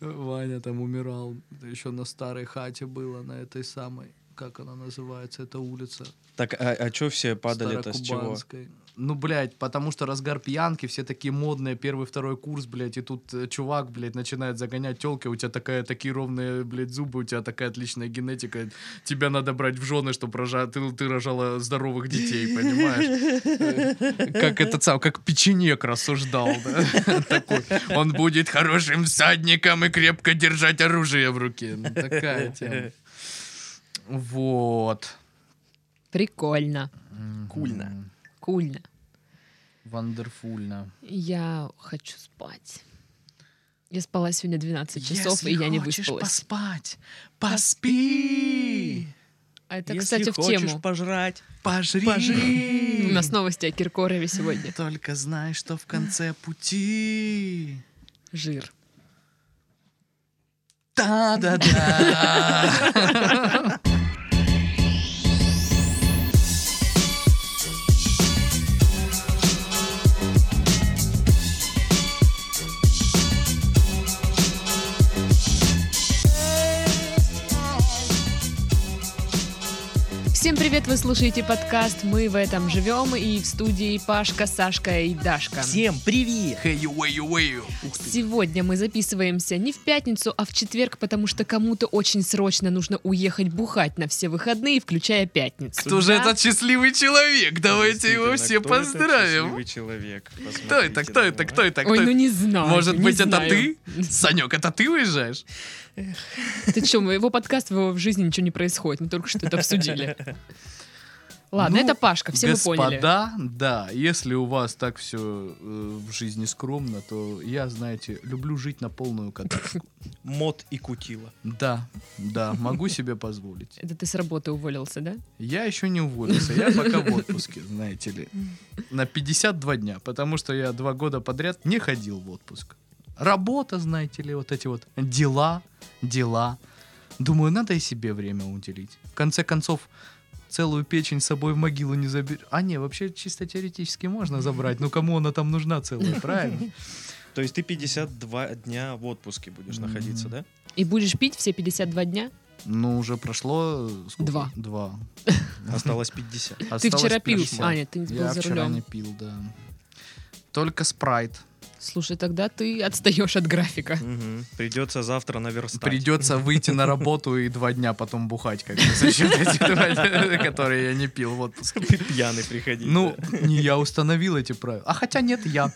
Ваня там умирал. Еще на старой хате было, на этой самой. Как она называется? Это улица. Так, а, а чё все падали-то с чего? Старокубанской. Ну, блядь, потому что разгар пьянки, все такие модные, первый, второй курс, блядь, и тут э, чувак, блядь, начинает загонять телки, у тебя такая, такие ровные, блядь, зубы, у тебя такая отличная генетика, тебя надо брать в жены, чтобы рожа... ты, ты рожала здоровых детей, понимаешь? Э, Как этот сам, как печенек рассуждал, да? Такой, он будет хорошим всадником и крепко держать оружие в руке. Ну, такая тема. Вот. Прикольно. Кульно. Мгм. Кульно. Вандерфульно. Я хочу спать. Я спала сегодня 12 часов, и я не выспалась. поспать, поспи, А это, Если кстати, в хочешь тему. пожрать. пожри. Пожри. У нас новости о Киркорове сегодня. Только знай, что в конце пути. Жир. Та-да-да. Всем привет, вы слушаете подкаст «Мы в этом живем» и в студии Пашка, Сашка и Дашка. Всем привет! Hey, you, way, you, way, you. Ух ты. Сегодня мы записываемся не в пятницу, а в четверг, потому что кому-то очень срочно нужно уехать бухать на все выходные, включая пятницу. Кто же Да? этот счастливый человек? Давайте его Действительно, все кто этот поздравим. счастливый человек? Кто это, кто это, кто это, кто Ой, ну это? не знаю. Может не быть, это знаю. ты? Санек, это ты уезжаешь? Ты что, его подкаст, его в жизни ничего не происходит, мы только что это обсудили. Ладно, Ну, это Пашка, все Господа, мы поняли. да, если у вас так все в жизни скромно, то я, знаете, люблю жить на полную катушку. Мод и кутила. Да, да, могу себе позволить. Это ты с работы уволился, да? Я еще не уволился, я пока в отпуске, знаете ли. На 52 дня, потому что я два года подряд не ходил в отпуск. Работа, знаете ли, вот эти вот дела, дела. Думаю, надо и себе время уделить. В конце концов, целую печень с собой в могилу не заберешь. А не, вообще чисто теоретически можно забрать, но кому она там нужна целая, правильно? То есть ты 52 дня в отпуске будешь Мгм. находиться, да? И будешь пить все 52 дня? Ну, уже прошло... э, сколько? Два. Два. Осталось 50. Ты Осталось вчера пил. 50. А, нет, ты не был Я за вчера рулем. не пил, да. Только спрайт. Слушай, тогда ты отстаешь от графика. Мгм. Придется завтра наверстать. Придется выйти на работу и два дня потом бухать, как бы, за счет этих два дня, которые я не пил в отпуске. Ты пьяный приходи. Ну, не я установил эти правила. А хотя нет, я.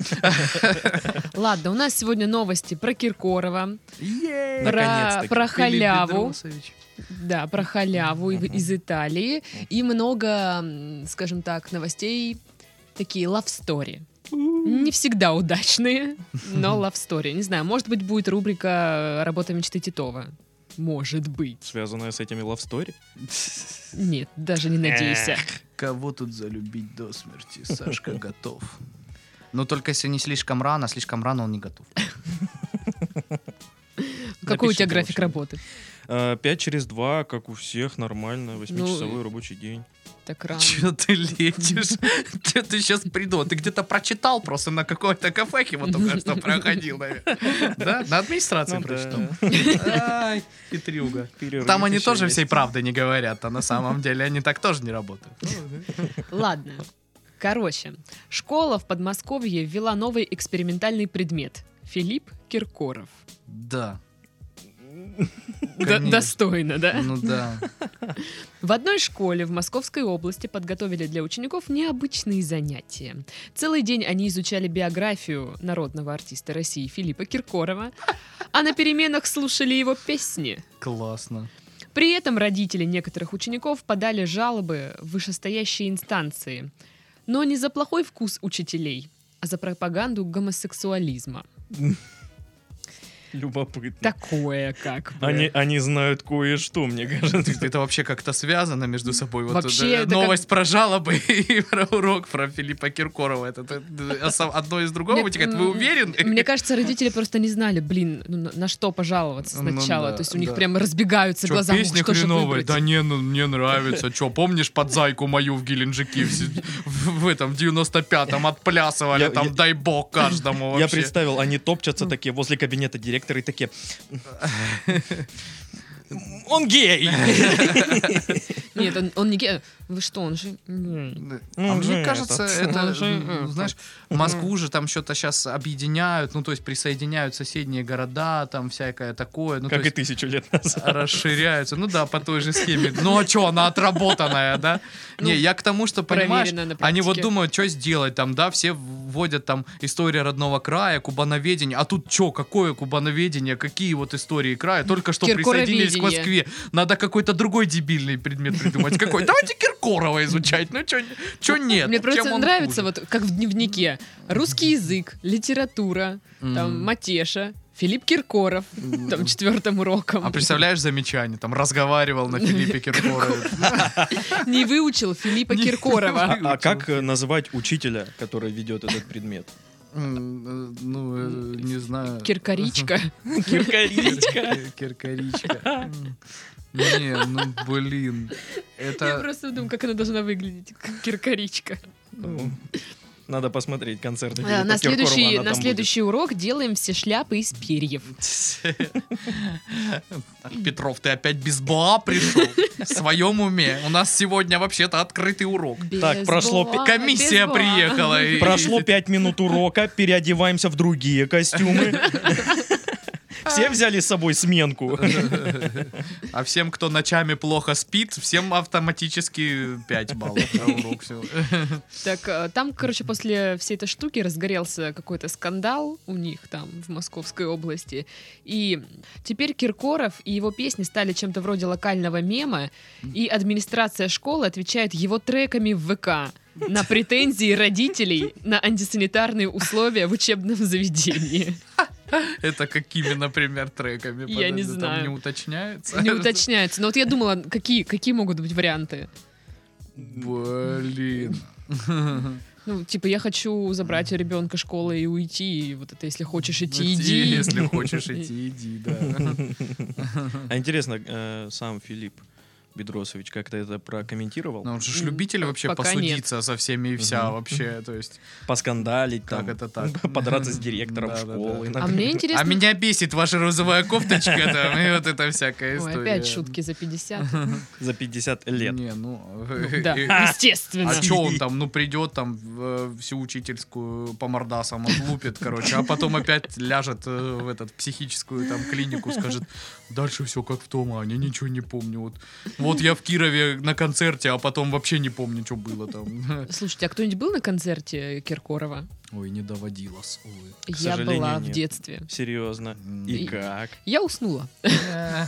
Ладно, у нас сегодня новости про Киркорова, Е-е-е. про, Наконец-таки. про Филипп халяву, Бедросович. да, про халяву и- Мгм. из Италии и много, м, скажем так, новостей такие love story. Не всегда удачные, но love story. Не знаю, может быть, будет рубрика э, «Работа мечты Титова». Может быть. Связанная с этими love story? Нет, даже не надейся. Кого тут залюбить до смерти? Сашка готов. Но только если не слишком рано, слишком рано он не готов. Какой у Напишите тебя график лучше. работы? Э, Пять через два, как у всех, нормально. Восьмичасовой Ну, рабочий день. Так рано. Че ты летишь? Че ты сейчас придумал? Ты где-то прочитал просто на какой-то кафехе, вот только что проходил, наверное. Да? На администрации Ну да. прочитал. Ай, хитрюга. Перерыв Там они еще тоже есть. всей правды не говорят, а на самом деле они так тоже не работают. Ладно. Короче, школа в Подмосковье ввела новый экспериментальный предмет. Филипп Киркоров. Да. Д- Конечно. достойно, да? Ну да. В одной школе в Московской области подготовили для учеников необычные занятия. Целый день они изучали биографию народного артиста России Филиппа Киркорова, а на переменах слушали его песни. Классно. При этом родители некоторых учеников подали жалобы в вышестоящие инстанции. Но не за плохой вкус учителей, а за пропаганду гомосексуализма. любопытно. Такое как бы. Они, они знают кое-что, мне кажется. Это вообще как-то связано между собой. Вот Вообще э, это новость про жалобы и про урок про Филиппа Киркорова. Это, это, э, со- одно из другого Мне- вытекает. Вы уверены? Мне кажется, родители просто не знали, блин, ну, на, на что пожаловаться Ну сначала. да, То есть у них да. прям разбегаются Чё, глаза. ну, песня что же хреновая? выбрать? Да не, ну мне нравится. Че, помнишь под зайку мою в Геленджике в, се- в- в этом 95-м отплясывали, Я- там я- дай бог каждому Я вообще. Ну. представил, они топчатся такие возле кабинета директора и такие... Он гей! Нет, он, он не ге- Вы что, он же... гей. А Он же мне кажется, этот. это, Он же м, этот. знаешь, Москву же там что-то сейчас объединяют, ну, то есть присоединяют соседние города, там всякое такое. Ну, то Как и есть тысячу лет назад. расширяются. Ну да, по той же схеме. Ну а что, она отработанная, да? Ну, Не, я к тому, что, понимаешь, проверено на они вот практике. думают, что сделать там, да, все вводят там история родного края, кубановедение, а тут что, какое кубановедение, какие вот истории края, только что присоединились к Киркороведение. Москве, надо какой-то другой дебильный предмет придумать, какой, давайте Киркорова изучать, ну что нет, Мне чем просто он нравится, хуже? вот как в дневнике. Русский язык, литература, там, М. Матеша, Филипп Киркоров, там, четвертым уроком. А представляешь замечание, там разговаривал на Филиппе Киркорове. Не выучил Филиппа Не Киркорова. А а как э, называть учителя, который ведет этот предмет? М, э, Ну, э, не знаю. Киркоричка. Киркоричка. Кир- э, Киркоричка. М. Не, ну блин. Я Это просто думаю, как она должна выглядеть. Киркоричка. Ну, Надо посмотреть концерт. А, Филиппа На Киркорова, следующий, она на там следующий урок делаем все шляпы из перьев. Так, Петров, ты опять без БА пришел? В своем уме. У нас сегодня вообще-то открытый урок. Так, А, Без прошло боа, Комиссия без боа. приехала. и- будет. Прошло пять минут урока, переодеваемся в другие костюмы. Все взяли с собой сменку. А всем, кто ночами плохо спит, всем автоматически 5 баллов на урок. всё. Так, э, там, короче, после всей этой штуки разгорелся какой-то скандал у них там в Московской области. И теперь Киркоров и его песни стали чем-то вроде локального мема, и администрация школы отвечает его треками в ВК на претензии родителей на антисанитарные условия в учебном заведении. Это какими, например, треками? Я не Подожди, там знаю. Не уточняется? Не уточняется. Но вот я думала, какие, какие могут быть варианты. Блин. Ну, типа, я хочу забрать у ребенка школы и уйти. И вот это, если хочешь идти, Идти, иди. ну Если хочешь идти, иди, да. А интересно, э, сам Филипп Бедросович как-то это прокомментировал? Ну, он же ж М, любитель вообще пока посудиться со всеми и вся Мгм. вообще, то есть А Поскандалить как там, это так? подраться с директором Да-да-да. школы. А мне интересно... А меня бесит ваша розовая кофточка там, и вот эта всякая Ой, история. опять шутки за 50. За 50 лет. Не, ну... Ну, Да, э, естественно. А что он там, ну придет там в, э, всю учительскую по мордасам отлупит, короче, а потом опять ляжет э, в этот психическую там клинику, скажет, дальше все как в том, Аня, ничего не помню. Вот, вот я в Кирове на концерте, а потом вообще не помню, что было там. Слушайте, а кто-нибудь был на концерте Киркорова? Ой, не доводилось. Ой. Я сожалению, была в нет. детстве. Серьезно. И- И как? Я уснула. Э,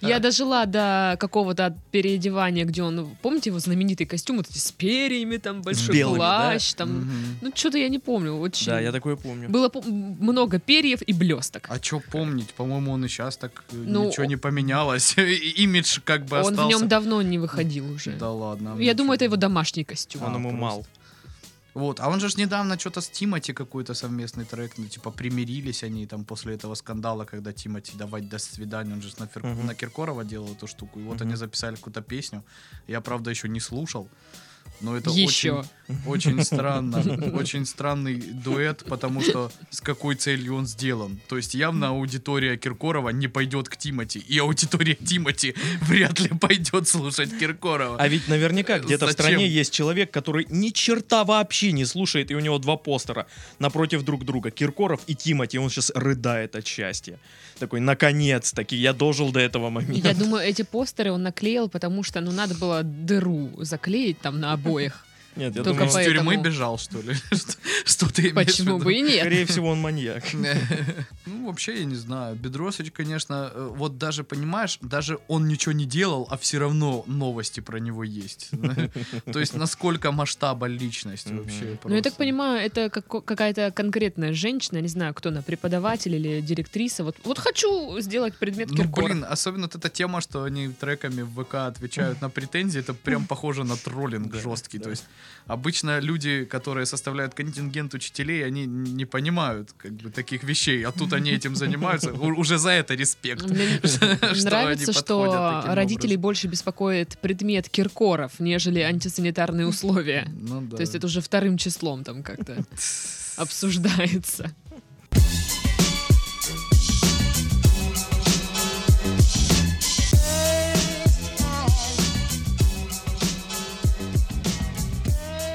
Я дожила до какого-то переодевания, где он... Помните его знаменитый костюм? Вот эти с перьями, там, большой белыми, да? плащ, там... Мгм. Ну, что-то я не помню очень. Да, я такое помню. Было пом- много перьев и блесток. А что помнить? По-моему, он и сейчас так э, Ну, ничего о- не поменялось. И- Имидж как бы Он остался. в нем давно не выходил уже. Да ладно. Я думаю, это его домашний костюм. Он А, ему просто. мал. Вот, а он же ж недавно что-то с Тимати какой-то совместный трек, ну, типа, примирились они там после этого скандала, когда Тимати давать до свидания, он же ж на, Фер- Мгм. на Киркорова делал эту штуку, и вот Мгм. они записали какую-то песню, я, правда, еще не слушал, но это Еще. очень, очень странно, очень странный дуэт, потому что с какой целью он сделан, то есть явно аудитория Киркорова не пойдет к Тимати, и аудитория Тимати вряд ли пойдет слушать Киркорова. А ведь наверняка где-то в Э, Зачем? стране есть человек, который ни черта вообще не слушает, и у него два постера напротив друг друга. Киркоров и Тимати, он сейчас рыдает от счастья. Такой, наконец-таки, я дожил до этого Я момента. думаю, эти постеры он наклеил, потому что ну надо было дыру заклеить там на обоих. Нет, я Только думаю, Из поэтому- тюрьмы бежал, что ли? Что- Что ты имеешь в Почему виду? бы и нет? скорее всего, он маньяк. Ну, вообще, я не знаю. Бедросович, конечно, э, вот даже, понимаешь, даже он ничего не делал, а все равно новости про него есть. То есть, насколько масштаба личность Мгм. вообще. Ну, я так просто. понимаю, это како- какая-то конкретная женщина, не знаю, кто она, преподаватель или директриса. Вот, вот хочу сделать предмет Ну, Киркоров. блин, особенно вот эта тема, что они треками в ВК отвечают на претензии, это прям похоже на троллинг Да, жесткий. да. То есть обычно люди, которые составляют контингент учителей, они не понимают как бы таких вещей, а тут они этим занимаются. У- Уже за это респект. Мне они Нравится, подходят что таким родителей больше беспокоит предмет Киркоров, нежели антисанитарные условия. образом. Ну да. То есть это уже вторым числом там как-то обсуждается.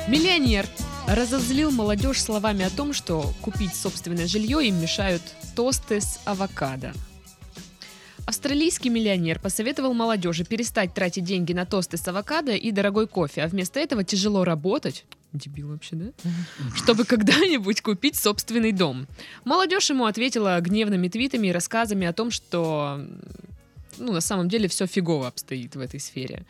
Миллионер разозлил молодежь словами о том, что купить собственное жилье им мешают тосты с авокадо. Австралийский миллионер посоветовал молодежи перестать тратить деньги на тосты с авокадо и дорогой кофе, а вместо этого тяжело работать. Дебил вообще, да? Чтобы когда-нибудь купить собственный дом. Молодежь ему ответила гневными твитами и рассказами о том, что м, ну, на самом деле все фигово обстоит в этой сфере.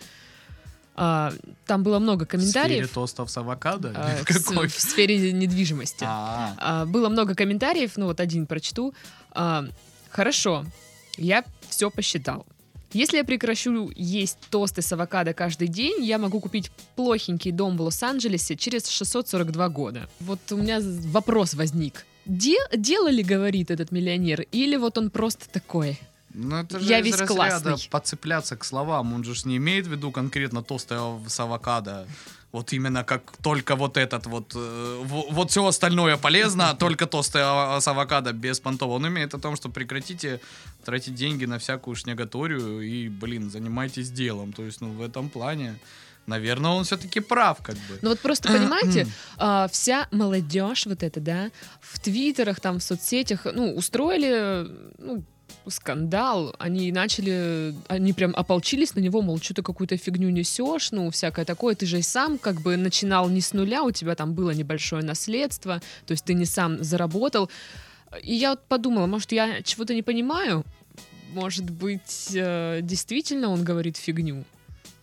А, там было много В сфере комментариев. тостов с авокадо? А, в с- Какой? в сфере недвижимости. А, А, Было много комментариев, ну вот один прочту. А, Хорошо, я все посчитал. Если я прекращу есть тосты с авокадо каждый день, я могу купить плохенький дом в Лос-Анджелесе через 642 года. Вот у меня з- вопрос возник. Де- дело ли, говорит этот миллионер, или вот он просто такой? Ну, это же Я из весь разряда классный. подцепляться к словам. Он же ж не имеет в виду конкретно тосты ав- с авокадо. Вот именно как только вот этот вот... э, во- вот все остальное полезно, а только тосты а- с авокадо без понтов. Он имеет о том, что прекратите тратить деньги на всякую шнегаторию и, блин, занимайтесь делом. То есть, ну, в этом плане, наверное, он все-таки прав, как бы. Ну вот просто, понимаете, а, вся молодежь вот эта, да, в твиттерах, там, в соцсетях, ну, устроили, ну, скандал, они начали, они прям ополчились на него, мол, что ты какую-то фигню несешь, ну, всякое такое, ты же и сам как бы начинал не с нуля, у тебя там было небольшое наследство, то есть ты не сам заработал. И я вот подумала, может, я чего-то не понимаю, может быть, э, действительно он говорит фигню.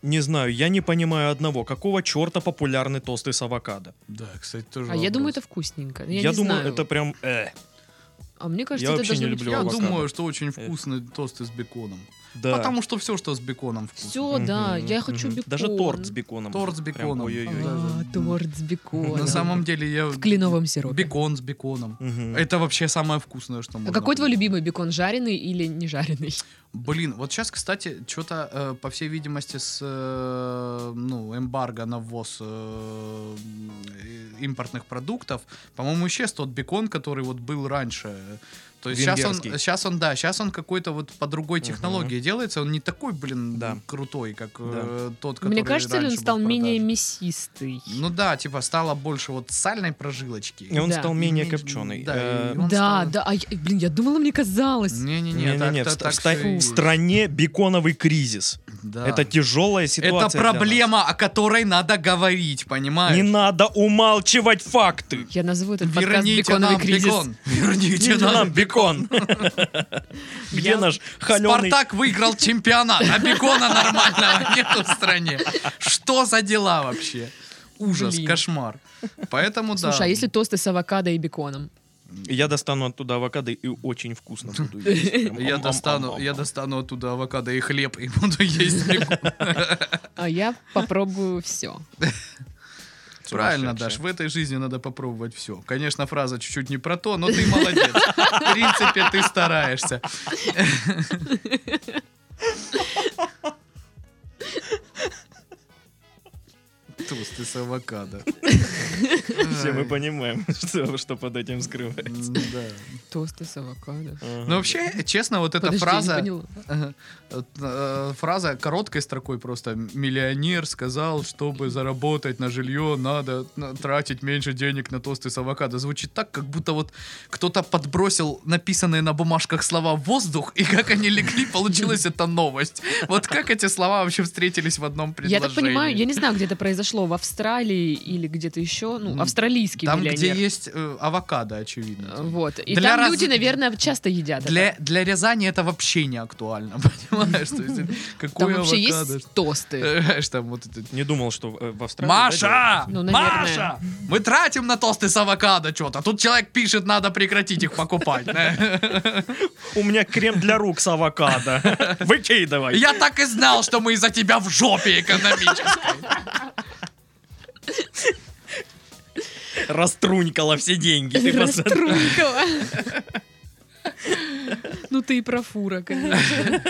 Не знаю, я не понимаю одного. Какого черта популярны тосты с авокадо? Да, кстати, тоже А я вопрос. думаю, это вкусненько. Ну, Я, не думаю, знаю. это прям... э, А мне кажется, Я это вообще не должно люблю Я авокадо. думаю, что очень вкусные тосты с беконом. да. Потому что все, что с беконом вкусно. Все, да, Мгм, я хочу мгм. бекон. Даже торт с беконом. Торт с Прям, беконом. ой-ой-ой. А, Да-да. торт с беконом. На самом деле я... в кленовом сиропе. Бекон с беконом. Мгм. Это вообще самое вкусное, что можно. А какой твой придумать. любимый бекон, жареный или не жареный? Блин, вот сейчас, кстати, что-то, по всей видимости, с э, ну, эмбарго на ввоз э, и- импортных продуктов, по-моему, исчез тот бекон, который вот был раньше. То есть сейчас он, Венгерский. сейчас он, да, сейчас он какой-то вот по другой технологии делается, он не такой, блин, Да. крутой, как э, тот, который Мне кажется, ли он раньше был стал в продаже. менее мясистый? Ну да, типа стало больше вот сальной прожилочки. И он Да. стал менее Меньше- копченый. да, и Э, он да, стал- да, а я- блин, я думала, мне казалось. Не-не-не, так- Не-не-не, так- в ст- так в ста- всё и в есть. стране беконовый кризис. Да. Это тяжелая Это ситуация. для нас. проблема, о которой надо говорить, понимаешь? Не надо умалчивать факты. Я назову этот подкаст Верните «Беконовый нам кризис». бекон. Верните Где нам. нам бекон? Где Я- наш холеный... Спартак выиграл чемпионат, а бекона нормального нету в стране. Что за дела вообще? Ужас, Блин. кошмар. Поэтому да. Слушай, а если тосты с авокадо и беконом? Я достану оттуда авокадо и очень вкусно буду есть. Прям я ам-ам-ам-ам. достану, я достану оттуда авокадо и хлеб и буду есть бекон. А я попробую все. Правильно, Сумасшедшая. Даш, в этой жизни надо попробовать все. Конечно, фраза чуть-чуть не про то, но ты молодец. В принципе, ты стараешься. Тосты с авокадо. Все мы понимаем, что, что под этим скрывается. Да. Тосты с авокадо. Ну вообще, честно, вот эта Подожди, я не фраза... поняла. Э, э, Фраза короткой строкой просто. Миллионер сказал, чтобы заработать на жилье, надо на- тратить меньше денег на тосты с авокадо. Звучит так, как будто вот кто-то подбросил написанные на бумажках слова в воздух, и как они легли, получилась эта новость. Вот как эти слова вообще встретились в одном предложении? Я так понимаю, я не знаю, где это произошло. произошло в Австралии или где-то еще, ну, М, австралийский Там, где миллионер. есть э, авокадо, очевидно. Э, Вот. И Для там раз- люди, наверное, часто едят. это. Для, для Рязани это вообще не актуально, понимаешь? То есть, какой Там вообще авокадо? есть тосты. Знаешь, там вот этот- Не думал, что в, э, в Австралии... да, Маша! Ну, наверное. Маша! Мы тратим на тосты с авокадо что-то. Тут человек пишет, надо прекратить их покупать. да. делают? У меня крем для рук с авокадо. Выкидывай. Я так и знал, что мы из-за тебя в жопе экономически. Раструнькала все деньги. ты посмотри. Раструнькала. Ну ты и про фура, конечно.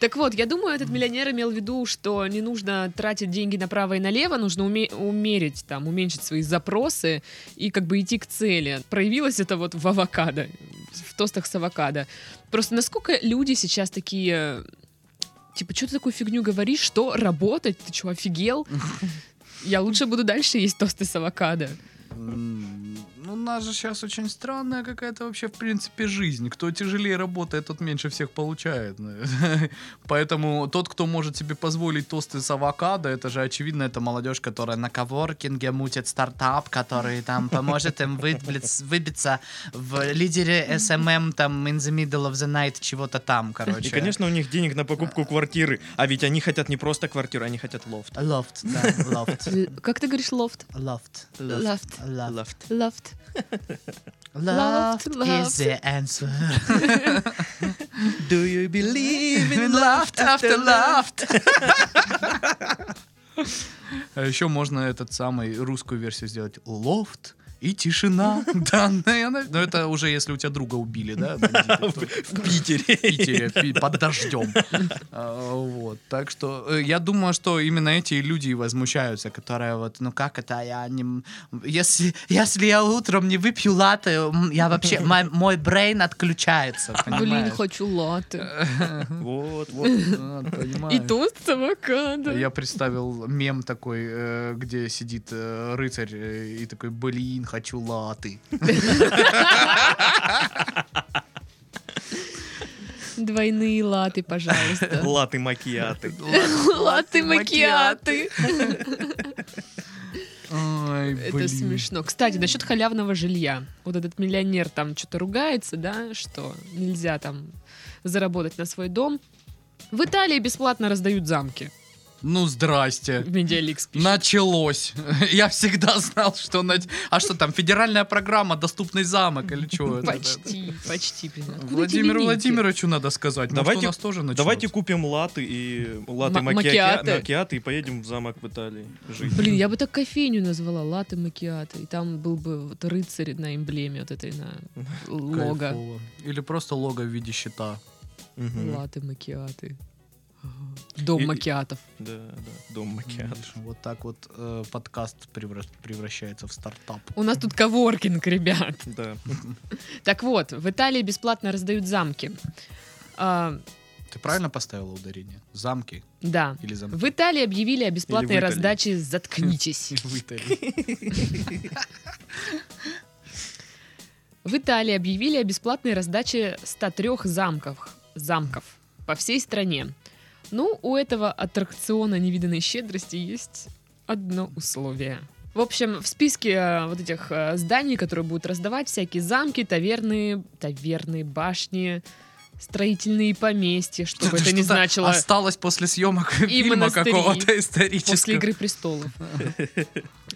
Так вот, я думаю, этот миллионер имел в виду, что не нужно тратить деньги направо и налево, нужно уме- умерить, там, уменьшить свои запросы и как бы идти к цели. Проявилось это вот в авокадо, в тостах с авокадо. Просто насколько люди сейчас такие, типа, что ты такую фигню говоришь, что работать, ты что, офигел? Я лучше буду дальше есть тосты с авокадо. М, Ну, у нас же сейчас очень странная какая-то вообще, в принципе, жизнь. Кто тяжелее работает, тот меньше всех получает. Поэтому тот, кто может себе позволить тосты с авокадо, это же, очевидно, это молодежь, которая на коворкинге мутит стартап, который там поможет им выблиц- выбиться в лидере SMM, там, in the middle of the night, чего-то там, короче. И, конечно, у них денег на покупку квартиры. А ведь они хотят не просто квартиру, они хотят лофт. Лофт, да, лофт. Л- Как ты говоришь, лофт? Лофт. Лофт. Лофт. Лофт. Лофт. Love is Love. the answer. Do you believe in love after love? А еще можно этот самый русскую версию сделать. Лофт и тишина. данная на- Но это уже если у тебя друга убили, да? бандиты, то- В Питере. Питере пи- под дождем. А, Вот, так что э, я думаю, что именно эти люди и возмущаются, которые вот, ну как это, я не... м- Если, если я утром не выпью латте, м, я вообще... Мой, мой брейн отключается, Блин, понимаешь? хочу латы. Вот, вот. Вот, И понимаешь? тост с авокадо. Я представил мем такой, э, где сидит э, рыцарь э, и такой, блин, хочу латы. Двойные латы, пожалуйста. Латы макиаты. Латы макиаты. Ой, Это блин. смешно. Кстати, насчет халявного жилья. Вот этот миллионер там что-то ругается, да, что нельзя там заработать на свой дом. В Италии бесплатно раздают замки. Ну, здрасте. Медиаликс пишет. Началось. Я всегда знал, что... нач- А что там, федеральная программа «Доступный замок» или что? это? Почти, почти. блин. Откуда эти Владимиру линейки? Владимировичу надо сказать. Может, Давайте- у нас тоже началось. Давайте купим латы и латы М- макиа- макиаты. макиаты и поедем в замок в Италии жить. Блин, я бы так кофейню назвала латы макиаты. И там был бы вот рыцарь на эмблеме вот этой на лого. Кайфово. Или просто лого в виде щита. Мгм. Латы макиаты. Ага. Дом И- и- макиатов. Да, да, дом макиат. Видишь, Вот так вот э, подкаст превра- превращается в стартап. У нас тут коворкинг, ребят. Да. Так вот, в Италии бесплатно раздают замки. А, Ты правильно поставила ударение? Замки да. или замки? В Италии объявили о бесплатной Или в Италии. раздаче «Заткнитесь». В Италии. В Италии объявили о бесплатной раздаче 103 замков, замков по всей стране. Ну, у этого аттракциона невиданной щедрости есть одно условие. В общем, в списке э, вот этих э, зданий, которые будут раздавать, всякие замки, таверны, таверны, башни, строительные поместья, что бы это ни Что-то значило Осталось после съемок И фильма монастыри. какого-то после исторического. «Игры престолов».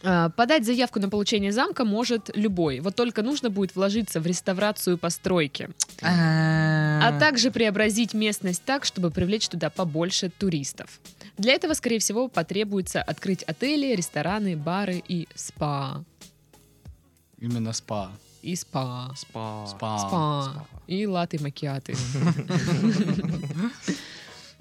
А, Подать заявку на получение замка может любой. Вот только нужно будет вложиться в реставрацию постройки. а также преобразить местность так, чтобы привлечь туда побольше туристов. Для этого, скорее всего, потребуется открыть отели, рестораны, бары и спа. Именно спа. И спа. Спа. Спа. А, Спа. И латы макиаты.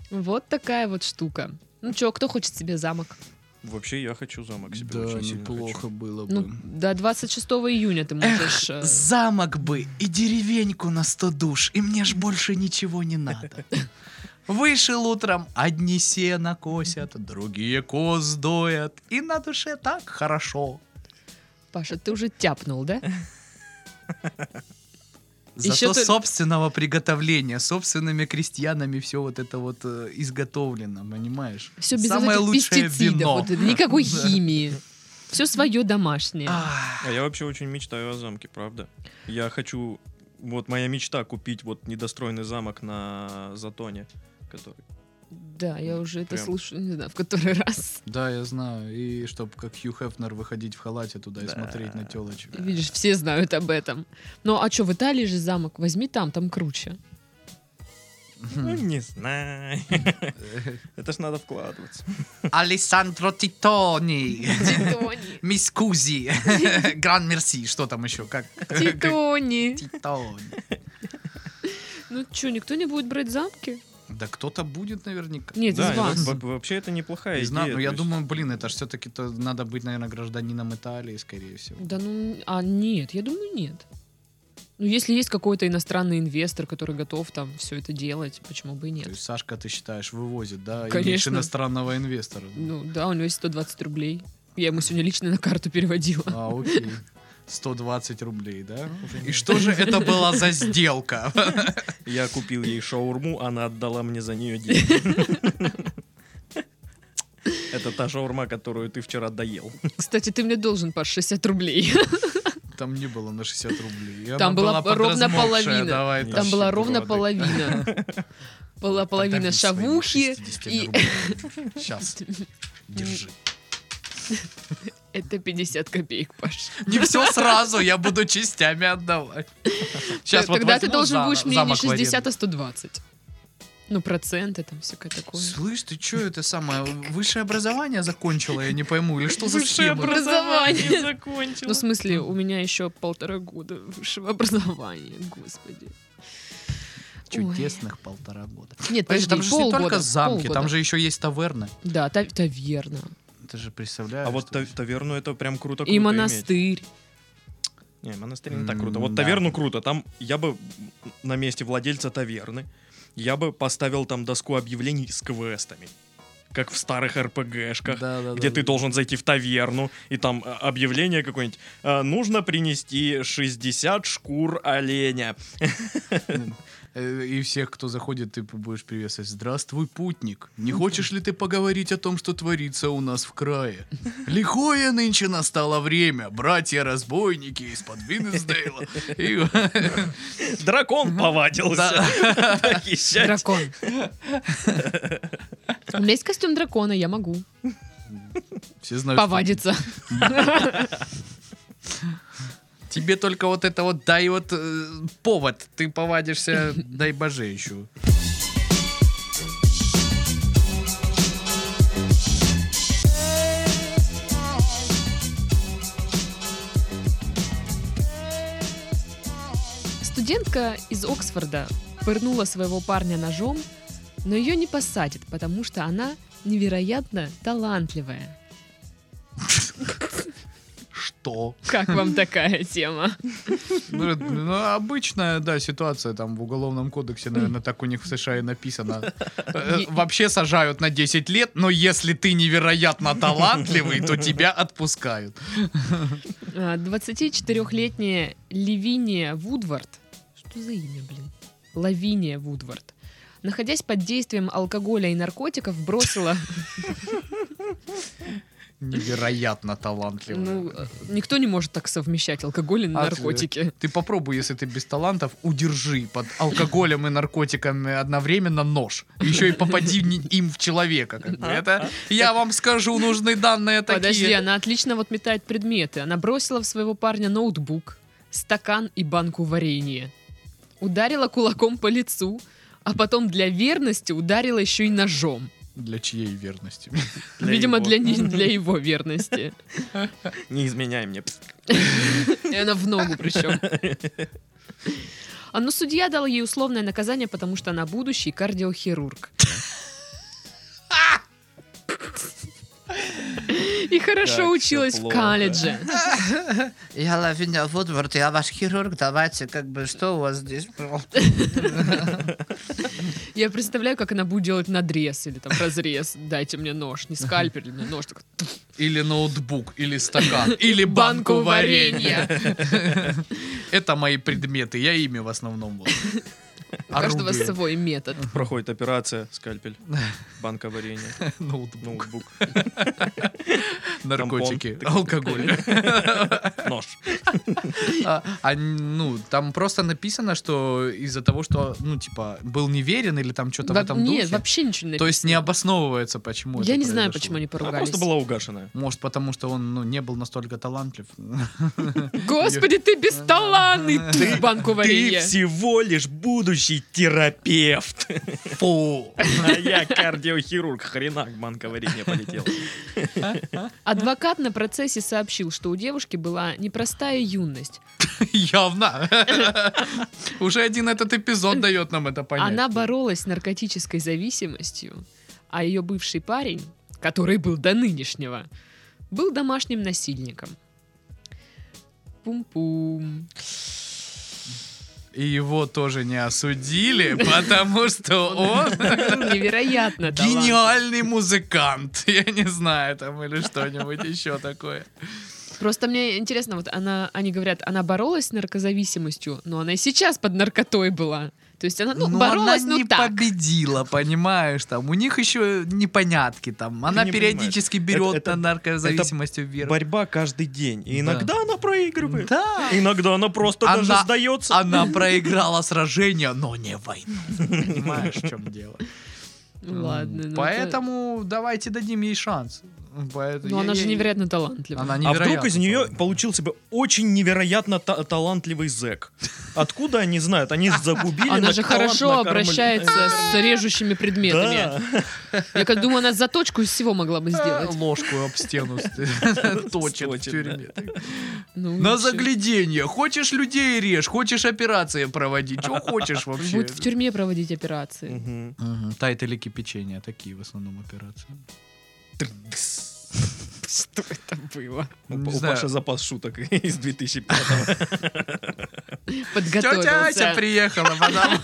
Вот такая вот штука. Ну чё, кто хочет себе замок? Вообще, я хочу замок себе Да, очень сильно неплохо хочу. было бы. Ну, до 26 июня ты можешь... э, Замок бы и деревеньку на сто душ, и мне ж больше ничего не надо. Вышел утром, одни сено косят, другие коз доят, и на душе так хорошо. Паша, ты уже тяпнул, да? Зато Ещё то- собственного приготовления, собственными крестьянами все вот это вот э, изготовлено, понимаешь? Все без Самое вот этих лучшее пестицидов, вино. вот это, никакой Да. химии. Все свое домашнее. Ах, А я вообще очень мечтаю о замке, правда. Я хочу... Вот моя мечта купить вот недостроенный замок на Затоне, который... Да, я уже это Прям. слушаю, не знаю, в который раз. Да, я знаю. И чтоб как Хью Хефнер выходить в халате туда и Да. смотреть на телочек. Видишь, все знают об этом. Ну а что, в Италии же замок? Возьми там, там круче. Ну, Хм. не знаю. Это ж надо вкладываться. Алессандро Титони. Титони. Мисс Кузи. Гран Мерси. Что там еще? Как? Титони. Титони. Ну что, никто не будет брать замки? Да кто-то будет наверняка. Нет, Да, из это вас. во- вообще это неплохая Не идея. знаю, но то я есть- думаю, блин, это ж все-таки то надо быть, наверное, гражданином Италии, скорее всего. Да ну, а нет, я думаю, нет. Ну, если есть какой-то иностранный инвестор, который готов там все это делать, почему бы и То нет? есть Сашка, ты считаешь, вывозит, да? и Конечно. лишь иностранного инвестора. Ну, да, у него есть 120 рублей. Я ему сегодня лично на карту переводила. А, окей. 120 рублей, да? И что же это была за сделка? Я купил ей шаурму, она отдала мне за нее деньги. Это та шаурма, которую ты вчера доел. Кстати, ты мне должен, Паш, 60 рублей. Там не было на 60 рублей. И Там она была ровно подразмокшая, половина. давай Там Там тащи была ты ровно воды. половина. Была половина Подавись своими шавухи. 60 И рублями. Сейчас. Держи. это 50 копеек, Паш. Не все сразу, я буду частями отдавать. Щас вот Тогда ты возьму должен зам- будешь мне не замок в аренду. 60, а 120. Ну, проценты там всякое такое. Слышь, ты что это самое, высшее образование закончила, я не пойму, или что за схема? образование Ну, в закончилось. смысле, у меня еще полтора года высшего образования, господи. Чудесных полтора года. Ой. Нет, Подожди, подожди, там же не полгода, только замки, полгода. там же еще есть таверны. Да, та- таверна. Ты же представляешь. А вот что- та- таверну это прям круто. И круто иметь. монастырь. Не, монастырь не так круто. М, Вот да. таверну круто. Там я бы на месте владельца таверны, я бы поставил там доску объявлений с квестами. Как в старых РПГшках. Да-да-да. Где ты должен зайти в таверну, и там э, объявление какое-нибудь. э, нужно принести 60 шкур оленя. Э, И всех, кто заходит, ты будешь приветствовать. Здравствуй, путник. Не хочешь ли ты поговорить о том, что творится у нас в крае? Лихое нынче настало время. Братья-разбойники из-под Виннесдейла. И- Дракон повадился. Похищать. Дракон. У меня есть костюм дракона, я могу. Все знают, что Повадиться. Тебе только вот это вот дай вот э, повод. Ты повадишься, дай боже еще. Студентка из Оксфорда пырнула своего парня ножом, но ее не посадят, потому что она невероятно талантливая. Что? Как вам такая тема? Ну, это, ну, обычная, да, ситуация там в уголовном кодексе, наверное, так у них в США и написано. Э, Вообще сажают на 10 лет, но если ты невероятно талантливый, то тебя отпускают. А, 24-летняя Лавиния Вудвард. Что за имя, блин? Лавиния Вудвард. Находясь под действием алкоголя и наркотиков, бросила... Невероятно талантливый. Ну, э, никто не может так совмещать алкоголь и А, наркотики. Ты попробуй, если ты без талантов, удержи под алкоголем и наркотиками одновременно нож. Еще и попади ни- им в человека. как бы. Это, я вам скажу, нужны данные такие. Подожди, она отлично вот метает предметы. Она бросила в своего парня ноутбук, стакан и банку варенья. Ударила кулаком по лицу, а потом для верности ударила еще и ножом. Для чьей верности? Для Видимо, его. Для, не- для его верности. Не изменяй мне. И она в ногу причем. А ну судья дал ей условное наказание, потому что она будущий кардиохирург. И Как хорошо всё училась в плохо. колледже. Я Лавиня Вудворд, я ваш хирург, давайте, как бы, что у вас здесь? Я представляю, как она будет делать надрез или там разрез. Дайте мне нож, не скальпель, но нож. Так, или ноутбук, или стакан, или банку Банку варенья. варенья. Это мои предметы, я ими в основном буду. У каждого Орудую. свой метод. Проходит операция, скальпель, банка варенья, Ну, Ноутбук, ноутбук, наркотики, тампон. алкоголь. нож. А, а, ну, там просто написано, что из-за того, что, ну, типа, был неверен или там что-то в Во- этом Нет, духе. вообще ничего не То есть не обосновывается, почему это Я не произошло. знаю, А почему они Она поругались. просто была угашенная. Может, потому что он ну, не был настолько талантлив. Господи, ты бесталанный, ты в банку Ты варенья. всего лишь будущий терапевт. Фу! А я кардиохирург, хренак, банка варенья полетела. Адвокат на процессе сообщил, что у девушки была непростая юность. Явно. Уже один этот эпизод дает нам это понять. Она боролась с наркотической зависимостью, а ее бывший парень, который был до нынешнего, был домашним насильником. Пум-пум. И его тоже не осудили, потому что он Невероятно талант. гениальный музыкант. Я не знаю, там или что-нибудь еще такое. Просто мне интересно, вот она, они говорят, она боролась с наркозависимостью, но она и сейчас под наркотой была. То есть она, ну, Но боролась, она ну не так. победила, понимаешь, там у них еще непонятки там. Она не периодически берет понимаешь. Это- на наркозависимостью вверх. Борьба каждый день. И Да. иногда она проигрывает. Да. Иногда она а просто Она- даже сдается. Она проиграла сражение, но не войну. Понимаешь, в чем дело? Ну, Ладно. ну, это- Поэтому давайте дадим ей шанс. Поэтому Но я- Ну, она же я- невероятно талантлива. Она А невероятно вдруг из нее талантлива. получился бы очень невероятно та- талантливый зэк? Откуда они знают? Они загубили. Она на же талант хорошо накормлен- обращается с режущими предметами. Да. Я как думаю, она заточку из всего могла бы сделать. Э, Ложку об стену точит в Сточит, тюрьме. Ну, На вообще. загляденье. Хочешь людей режь, хочешь операции проводить. Что хочешь вообще? Будет в тюрьме проводить операции. Мгм. Мгм. Тайт или кипячение. Такие в основном операции. Что это было? У Не у знаю. Паши запас шуток из 2005 Тетя Ася Подготовился. приехала, потому-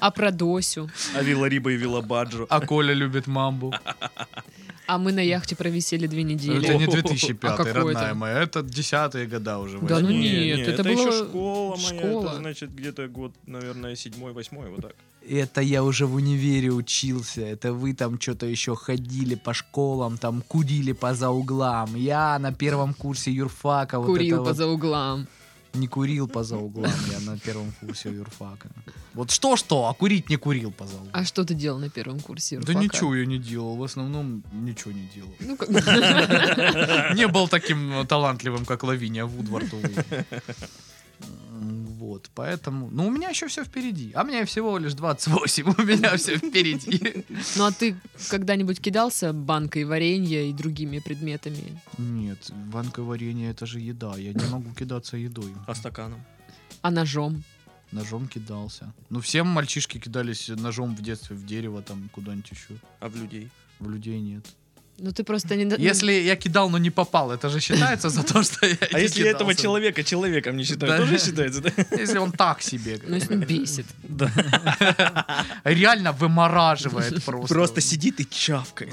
А про Досю? А Вилла Риба и Вилла Баджо. А Коля любит мамбу. А мы на яхте провисели две Это недели. не А 2005, какой родная это? моя. Это десятые года уже. Да ну возьми. нет, это еще было- школа моя. школа. Это значит где-то год, наверное, седьмой, восьмой, вот так. Это я уже в универе учился. Это вы там что-то еще ходили по школам, там курили по за углам. Я на первом курсе юрфака вот Курил это вот по за углам. не курил по за углам. Я на первом курсе юрфака. Вот что что, а курить не курил по за углам. А что ты делал на первом курсе? да юрфака? ничего я не делал. В основном ничего не делал. Ну, как- Не был таким э, талантливым, как Лавиния Вудвард. увы. М, Вот, поэтому... Ну, у меня еще все впереди. А мне всего лишь 28, у меня все впереди. Ну а ты когда-нибудь кидался банкой варенья и другими предметами? Нет, банка варенья это же еда. Я не могу кидаться едой. А стаканом? А ножом? Ножом кидался. Ну, всем мальчишки кидались ножом в детстве в дерево, там, куда-нибудь еще. А в людей? В людей нет. Ну ты просто не... Если я кидал, но не попал, это же считается за то, что я А не если кидался? этого человека человеком не считают, Да. тоже считается, да? Если он так себе. Ну, если бесит. Реально вымораживает просто. Просто сидит и чавкает.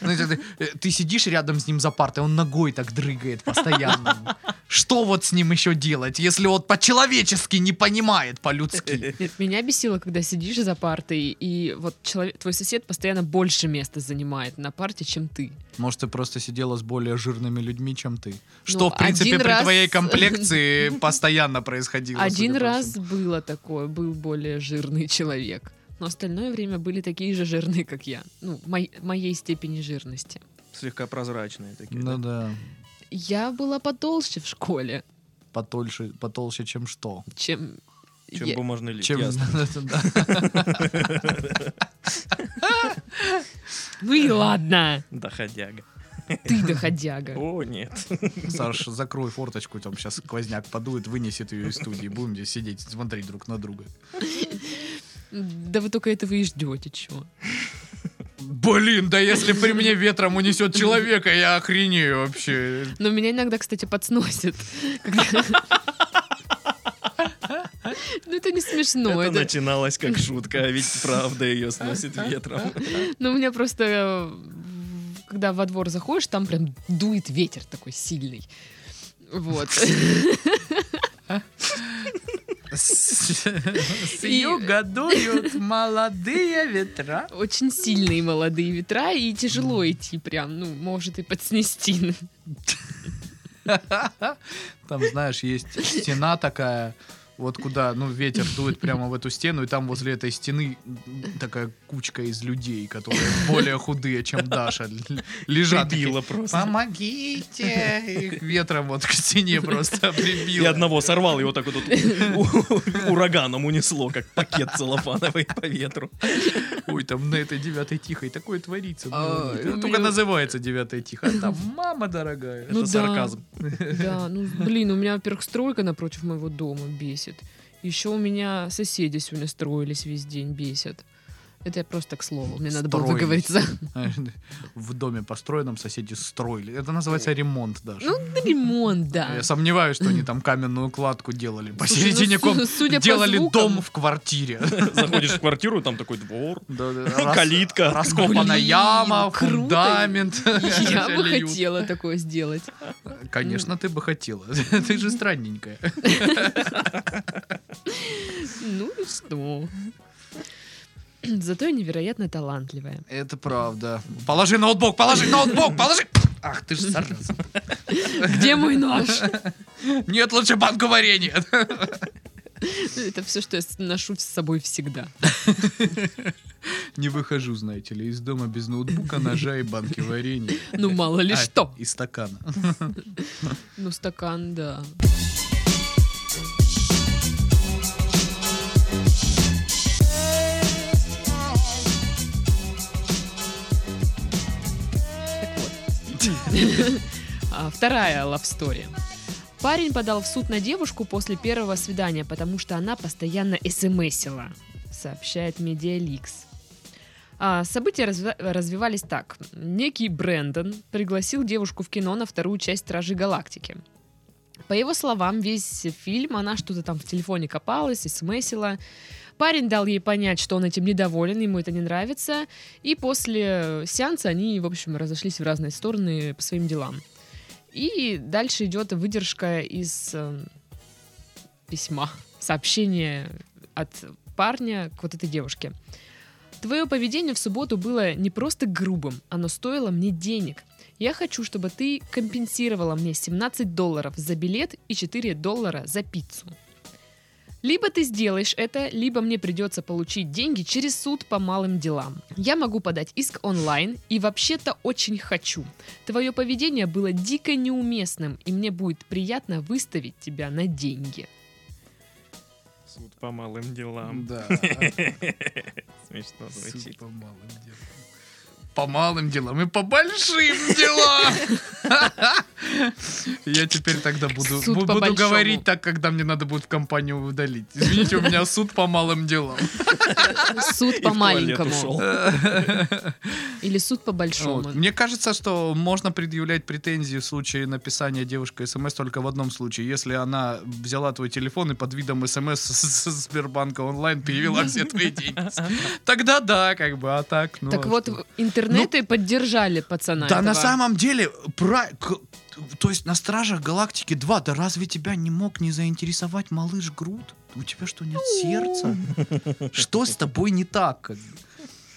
Ну, это ты, э, ты сидишь рядом с ним за партой, он ногой так дрыгает постоянно. Что вот с ним еще делать, если он по-человечески не понимает по-людски? Нет, меня бесило, когда сидишь за партой, и вот человек, твой сосед постоянно больше места занимает на парте, чем ты. Может, ты просто сидела с более жирными людьми, чем ты? Ну, Что, в принципе, один при раз- твоей комплекции постоянно происходило. судя Один по раз всему. было такое, был более жирный человек. Но остальное время были такие же жирные, как я. Ну, мой- моей степени жирности. Слегка прозрачные такие. Ну да? да, Я была потолще в школе, потолще, потолще, чем что? чем... Чем я- бумажный лист. Чем... ясно. Да. Ну и ладно, Доходяга. ты доходяга. О, нет. Саш, закрой форточку, там сейчас сквозняк подует, вынесет ее из студии. Будем здесь сидеть, смотреть друг на друга. Да вы только этого и ждете, чего. Блин, да если при мне ветром унесет человека, я охренею вообще. Но меня иногда, кстати, подсносит. Когда- Ну это не смешно. это это- начиналось как шутка, а ведь правда ее сносит ветром. Ну у меня просто э, в- когда во двор заходишь, там прям дует ветер такой сильный. Вот. С И- юга дуют молодые ветра. Очень сильные молодые ветра, и тяжело идти прям, ну, может и подснести. Там, знаешь, есть стена такая, вот куда, ну, ветер дует прямо в эту стену, и там возле этой стены такая кучка из людей, которые более худые, чем Даша, л- лежат. такие, Прибило просто. Помогите! Их ветром вот к стене просто И прибило. одного сорвал, его так вот тут у- у- ураганом унесло, как пакет целлофановый по ветру. Ой, там на этой девятой тихой такое творится. ну, А, это у Только меня- называется девятая тихая. а Там мама дорогая. Ну Это да. сарказм. Да, ну, блин, у меня, во-первых, стройка напротив моего дома бесит. Еще у меня соседи сегодня строились весь день, бесят. Это я просто так слово, мне надо было Строились. выговориться. В доме построенном соседи строили. Это называется ремонт даже. Ну, ремонт, да. Я сомневаюсь, что они там каменную кладку делали. Слушай, ну, Посередине ком су- судя по делали звукам- дом в квартире. Заходишь в квартиру, там такой двор, Рас- калитка. Раскопана Блин, яма, круто. фундамент. Я бы Льют. хотела такое сделать. Конечно, ты бы хотела. Ты же странненькая. Ну и что? Зато я невероятно талантливая. Это правда. Положи ноутбук, положи ноутбук, положи. Ах, ты же зараза. Где мой нож? Нет, лучше банку варенья. Это все, что я с- ношу с собой всегда. Не выхожу, знаете ли, из дома без ноутбука, ножа и банки варенья. Ну, мало ли А, что. И стакана. Ну, стакан, да. Так вот. А, Вторая love story. Парень подал в суд на девушку после первого свидания, потому что она постоянно смсила, сообщает Медиаликс. А, события разви- развивались так. Некий Брэндон пригласил девушку в кино на вторую часть «Стражей Галактики». По его словам, весь фильм она что-то там в телефоне копалась, смсила. Парень дал ей понять, что он этим недоволен, ему это не нравится. И после сеанса они, в общем, разошлись в разные стороны по своим делам. И дальше идет выдержка из э, письма, сообщения от парня к вот этой девушке. Твое поведение в субботу было не просто грубым, оно стоило мне денег. Я хочу, чтобы ты компенсировала мне 17 долларов за билет и 4 доллара за пиццу. Либо ты сделаешь это, либо мне придется получить деньги через суд по малым делам. Я могу подать иск онлайн и вообще-то очень хочу. Твое поведение было дико неуместным, и мне будет приятно выставить тебя на деньги. Суд по малым делам. Да. Смешно Суд звучит. По малым делам. По малым делам и по большим делам. Я теперь тогда буду, Суд бу- по буду большому. говорить так, когда мне надо будет в компанию удалить. Извините, у меня суд по малым делам. Суд И по в туалет маленькому. ушел. Или суд по большому. Вот. Мне кажется, что можно предъявлять претензии в случае написания девушкой смс только в одном случае. Если она взяла твой телефон и под видом смс с с Сбербанка онлайн перевела все твои деньги. Тогда да, как бы, а так... ну, Так а вот, что? Ну, в- интернеты поддержали пацана. Да на этого. самом деле, пра- к- то есть на Стражах Галактики 2, да разве тебя не мог не заинтересовать малыш Грут? У тебя что, нет сердца? Что с тобой не так? как бы?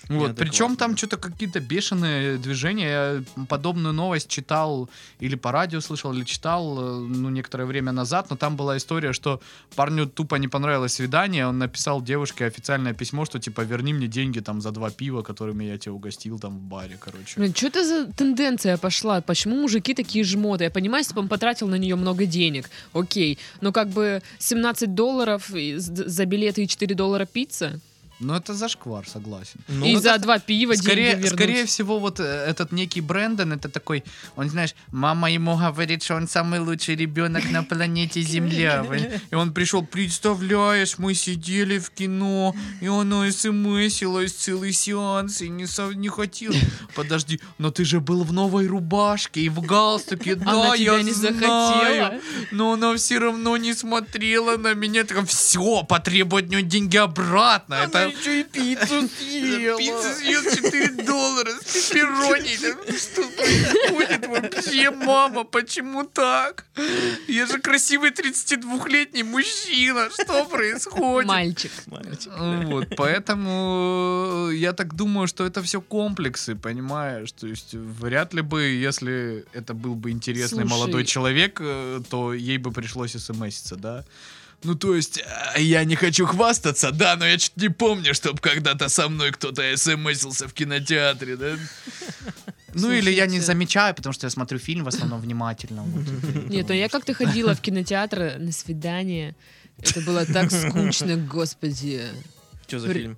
Вот, Неадекватно. причем там что-то какие-то бешеные движения. Я подобную новость читал или по радио слышал, или читал, э, ну, некоторое время назад, но там была история, что парню тупо не понравилось свидание, он написал девушке официальное письмо, что типа верни мне деньги там за два пива, которыми я тебя угостил там в баре, короче. Блин, что это за тенденция пошла? Почему мужики такие жмоты? Я понимаю, если бы он потратил на нее много денег, окей. Но как бы 17 долларов и з- за билеты и 4 доллара пицца? Ну, это зашквар, согласен. Ну, и вот за это- два пива Скорее, деньги вернуть? скорее всего, вот э, этот некий Брэндон, это такой, он, знаешь, мама ему говорит, что он самый лучший ребенок на планете Земля. блин. И он пришел, представляешь, мы сидели в кино, и она смсилась целый сеанс, и не, со- не хотел. Подожди, но ты же был в новой рубашке и в галстуке, да, Она тебя я не знаю. захотела. Но она все равно не смотрела на меня. Такая, все, потребует от нее деньги обратно. это съел. еще и пиццу съела. Пицца съел 4 доллара с пепперони. Да Что происходит вообще, мама? Почему так? Я же красивый 32-летний мужчина. Что происходит? Мальчик. Мальчик. Ну Вот, поэтому э, я так думаю, что это все комплексы, понимаешь? То есть вряд ли бы, если это был бы интересный Слушай. молодой человек, э, то ей бы пришлось смситься, да? Ну, то есть, э, я не хочу хвастаться, да, но я чуть не помню, чтобы когда-то со мной кто-то смсился в кинотеатре, да? Ну, или я не Слушайте. замечаю, потому что я смотрю фильм в основном внимательно. вот. Нет, ну я как-то ходила в кинотеатр на свидание. Это было так скучно, господи. Что за При- фильм?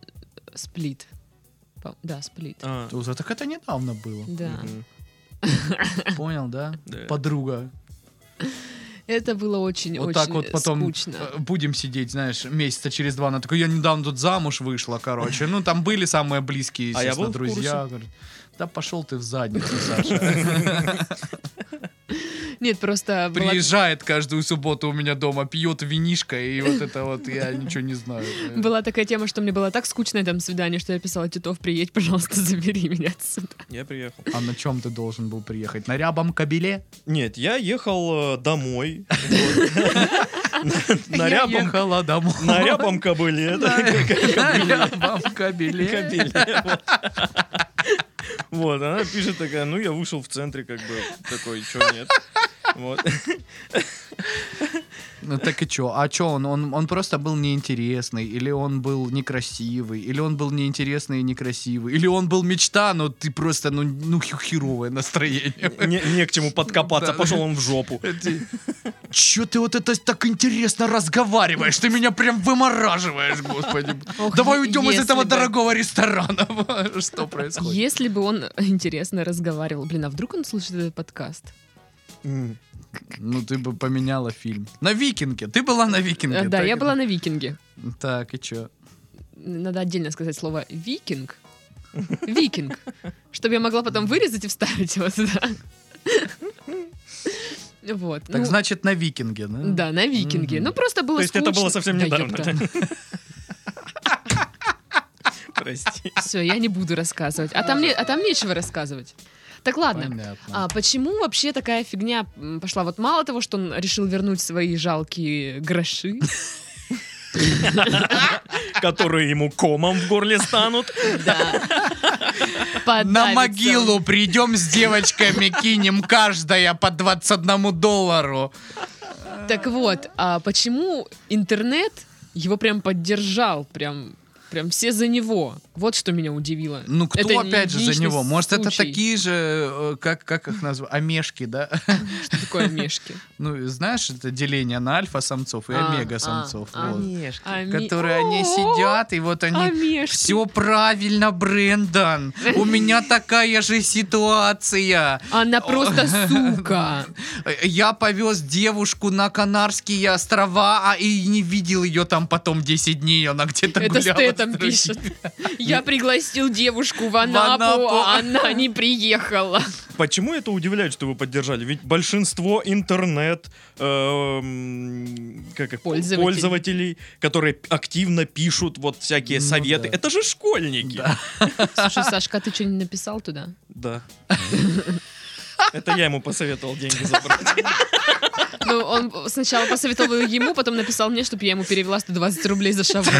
Сплит. По- Да, сплит. А, Туза, Так это недавно было. Да. мгм, Понял, да? да. Подруга. Это было очень-очень Вот так вот потом скучно. э, будем сидеть, знаешь, месяца через два. Она такая, я недавно тут замуж вышла, короче. Ну, там были самые близкие, А я естественно, был в друзья. курсе. Говорит, Да пошел ты в задницу, Саша. э, Нет, просто была- Приезжает каждую субботу у меня дома, пьет винишко, и вот это вот я ничего не знаю. была такая тема, что мне было так скучно на этом свидании, что я писала, Титов, приедь, пожалуйста, забери меня отсюда. Я приехал. А на чем ты должен был приехать? На рябом кабеле? Нет, я ехал э, домой. Вот. На- На Я рябом- ехала домой. на рябом кобыле. да, На рябом кабеле. кобыле, вот. Вот, она пишет такая, ну я вышел в центре, как бы, такой, чё нет. Вот. Ну так и чё? А чё он? он? Он просто был неинтересный, или он был некрасивый, или он был неинтересный и некрасивый, или он был мечта, но ты просто, ну, ну хе- херовое настроение. Не, не к чему подкопаться, Да. пошел он в жопу. Ты- Чё ты вот это так интересно разговариваешь? Ты меня прям вымораживаешь, господи. Ох, Давай е- уйдем из если этого бы. дорогого ресторана. Что происходит? Если бы он интересно разговаривал, блин, а вдруг он слушает этот подкаст? М. Ну ты бы поменяла фильм. На Викинге. Ты была на Викинге. Э, Да, так я и- была на викинге. Так, и чё? Надо отдельно сказать слово викинг. Викинг. Чтобы я могла потом вырезать и вставить его сюда. Вот. Так ну, значит на Викинге, да? Да, на викинге. Мгм. Ну, просто было То есть это скучно. было совсем Да недавно. ёпта. Прости. Все, я не буду рассказывать. А там, не- а там нечего рассказывать. Так ладно. Понятно. А почему вообще такая фигня м, пошла? Вот мало того, что он решил вернуть свои жалкие гроши, Которые ему комом в горле станут. На подавится. могилу придем с девочками, кинем каждая по 21 доллару. Так вот, а почему интернет его прям поддержал, прям, прям все за него? Вот что меня удивило. Ну, кто Это не опять же за единичный него? Может, это случай. такие же, э, как, как их назвать, омешки, да? Что такое мешки? Ну, знаешь, это деление на альфа-самцов и А, омега-самцов. а, вот. Ами- Которые они О, сидят, и вот они... Омешки. Все правильно, Брендан. У меня такая же ситуация. Она просто сука. Э, Я повез девушку на Канарские острова, а и не видел ее там потом 10 дней. Она где-то Это гуляла. с Стэтом другими. пишет. Я пригласил девушку в Анапу. Анапу, а она не приехала. Почему это удивляет, что вы поддержали? Ведь большинство интернет эм, как их, Пользователей. пользователей, которые активно пишут вот всякие Ну советы, да. это же школьники. Да. Слушай, Сашка, а ты что, не написал туда? Это я ему посоветовал деньги забрать. Ну, он сначала посоветовал ему, потом написал мне, чтобы я ему перевела 120 рублей за шавуху.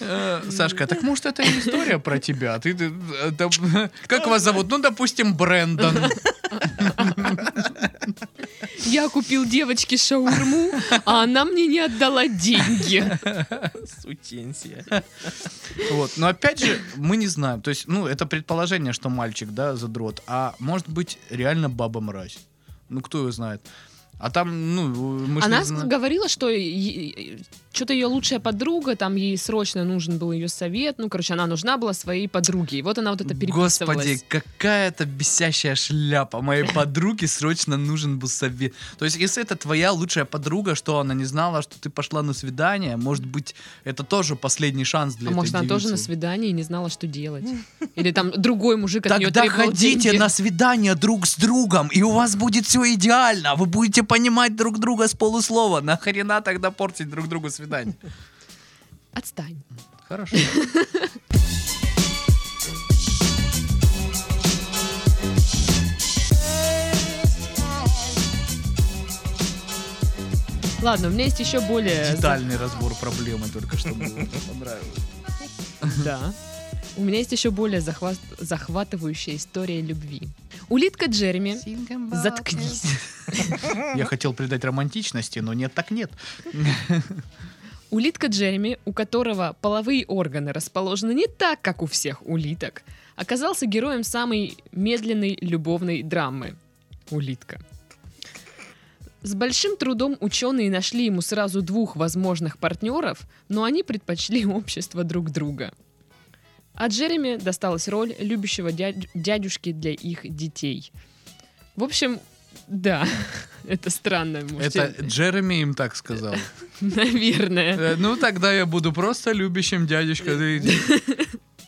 Э, Сашка, так может это не история про тебя? Ты, ты, э, там, как вас зовут? Ну, допустим, Брендан. Я купил девочке шаурму, а она мне не отдала деньги. Сутенсия. Вот. Но опять же, мы не знаем. То есть, ну, это предположение, что мальчик, да, задрот. А может быть, реально баба мразь. Ну, кто его знает. А там, ну, мы ж не Она знаем. говорила, что е- е- что-то ее лучшая подруга, там ей срочно нужен был ее совет. Ну, короче, она нужна была своей подруге. И вот она вот это переписывалась. Господи, какая-то бесящая шляпа. Моей подруге срочно нужен был совет. То есть, если это твоя лучшая подруга, что она не знала, что ты пошла на свидание, может быть, это тоже последний шанс для А этой может, она тоже на девицы. свидании и не знала, что делать. Или там другой мужик от нее Тогда требовал ходите деньги. на свидание друг с другом, и у вас будет все идеально. Вы будете понимать друг друга с полуслова. Нахрена тогда портить друг другу свидание? Отстань. Хорошо. Ладно, у меня есть еще более... Детальный разбор проблемы только что был. Мне понравилось. Да. У меня есть еще более захват- захватывающая история любви. Улитка Джереми. Заткнись. Я хотел придать романтичности, но нет, так нет. Улитка Джереми, у которого половые органы расположены не так, как у всех улиток, оказался героем самой медленной любовной драмы. Улитка. С большим трудом ученые нашли ему сразу двух возможных партнеров, но они предпочли общество друг друга. А Джереми досталась роль любящего дядь- дядюшки для их детей. В общем, да, это странно. может, Это Джереми им так сказал. Наверное. Э, Ну, тогда я буду просто любящим дядюшкой. Э,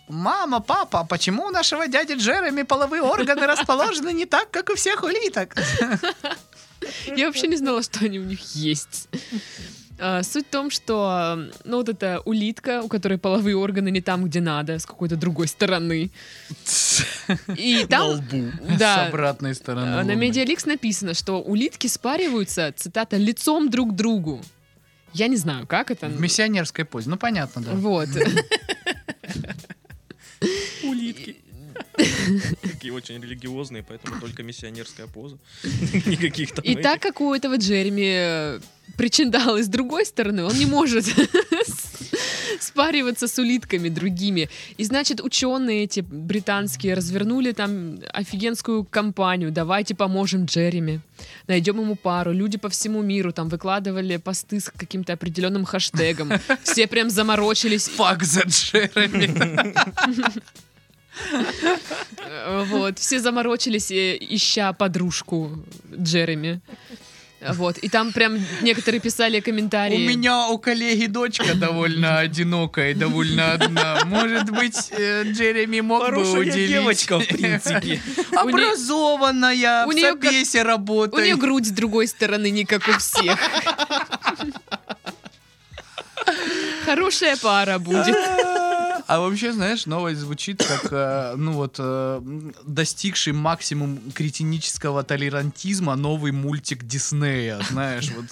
Мама, папа, а почему у нашего дяди Джереми половые органы расположены не так, как у всех улиток? Я вообще не знала, что они у них есть. А, Суть в том, что э, ну, вот эта улитка, у которой половые органы не там, где надо, с какой-то другой стороны. И там С да, обратной э, стороны. на луны. Медиаликс написано, что улитки спариваются, цитата, лицом друг к другу. Я не знаю, как это. В ну, миссионерской позе. Ну, понятно, да. Вот. Улитки. Такие очень религиозные, поэтому только миссионерская поза. Никаких там... И этих. так как у этого Джереми э, причиндал и с другой стороны, он не может с- спариваться с улитками другими. И значит, ученые эти британские развернули там офигенскую кампанию. Давайте поможем Джереми. Найдем ему пару. Люди по всему миру там выкладывали посты с каким-то определенным хэштегом. Все прям заморочились. Фак за Джереми. Э, Вот, все заморочились, э, ища подружку Джереми. Вот, и там прям некоторые писали комментарии. У меня у коллеги дочка довольно одинокая и довольно одна. Может быть, э, Джереми мог бы Хорошая уделить... девочка, в принципе. А У нее- Образованная, у в нее как- собесе У нее работает. грудь с другой стороны, не как у всех. Хорошая пара будет. А вообще, знаешь, новость звучит как, э, ну вот, э, м, достигший максимум кретинического толерантизма новый мультик Диснея, знаешь, вот.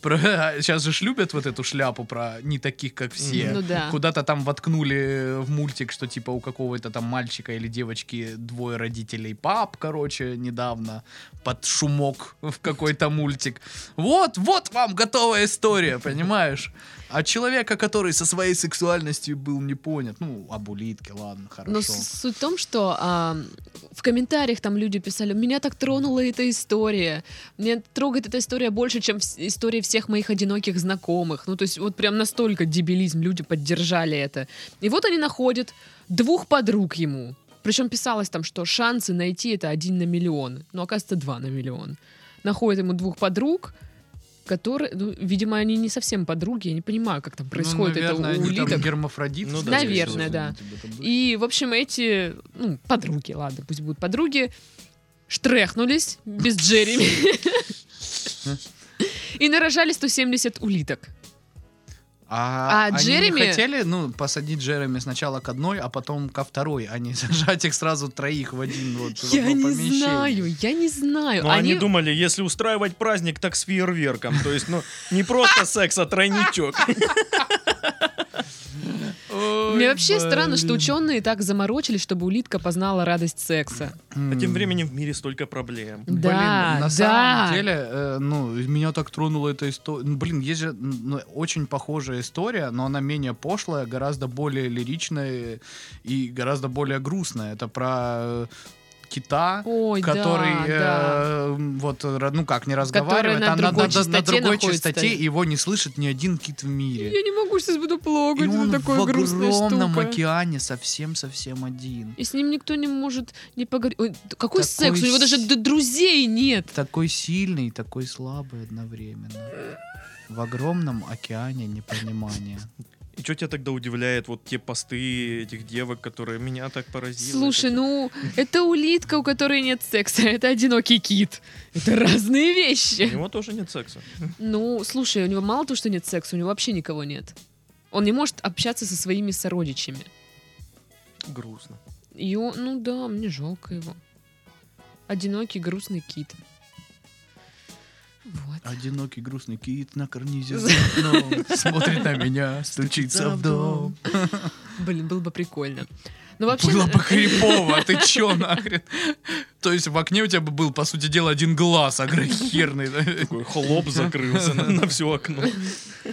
Про, сейчас же ж любят вот эту шляпу про не таких, как все. Ну да. Куда-то там воткнули в мультик, что типа у какого-то там мальчика или девочки двое родителей пап, короче, недавно под шумок в какой-то мультик. Вот, вот вам готовая история, понимаешь? А человека, который со своей сексуальностью был не понят, ну, об улитке, ладно, Но хорошо. Ну, Ну, с- суть в том, что а, в комментариях там люди писали, меня так тронула эта история, меня трогает эта история больше, чем вс- история всех моих одиноких знакомых. Ну, то есть вот прям настолько дебилизм, люди поддержали это. И вот они находят двух подруг ему. Причем писалось там, что шансы найти это один на миллион. Но оказывается, два на миллион. Находят ему двух подруг, которые, ну, видимо, они не совсем подруги, я не понимаю, как там происходит ну, наверное, это у они улиток. там гермафродиты. Ну да, скорее всего, наверное, да. они тебе там были. И, в общем, эти, ну, подруги, ладно, пусть будут подруги, штрехнулись без Джереми. И нарожали 170 улиток. А, А они не Джереми- хотели, ну, посадить Джереми сначала к одной, а потом ко второй, а не сажать их сразу троих в один вот в Я одно не помещение. знаю, я не знаю. Ну, они... думали, если устраивать праздник, так с фейерверком. То есть, ну, не просто секс, а тройничок. Ой, Мне вообще странно, что блин. ученые так заморочились, чтобы улитка познала радость секса. А тем временем в мире столько проблем. Блин, да, на да. самом деле, э, ну, меня так тронула эта история. Блин, есть же ну, очень похожая история, но она менее пошлая, гораздо более лиричная и гораздо более грустная. Это про э, кита, Ой, да, который да. э, вот э, ну как не разговаривает, на а другой на- на- на частоте другой находится. частоте и его не слышит ни один кит в мире. Я не могу, сейчас буду И плакать, он это такая в грустная огромном штука. океане совсем-совсем один. И с ним никто не может не поговорить. Ой, т- какой Такой секс? У него даже с- д- друзей нет. Такой сильный, такой слабый одновременно. В огромном океане непонимания. И что тебя тогда удивляет вот те посты этих девок, которые меня так поразили? Слушай, ну это улитка, у которой нет секса, это одинокий кит. Это разные У вещи. него тоже нет секса. Ну, слушай, у него мало того, что нет секса, у него вообще никого нет. Он не может общаться со своими сородичами. Грустно. И он- ну да, мне жалко его. Одинокий грустный кит. Вот. Одинокий грустный кит на карнизе за окном смотрит на меня, стучится в дом. Блин, было бы прикольно. Ну вообще. Было на- бы крипово, ты чё нахрен? То есть в окне у тебя бы был, по сути дела, один глаз огрехерный. Такой хлоп закрылся на, на все окно.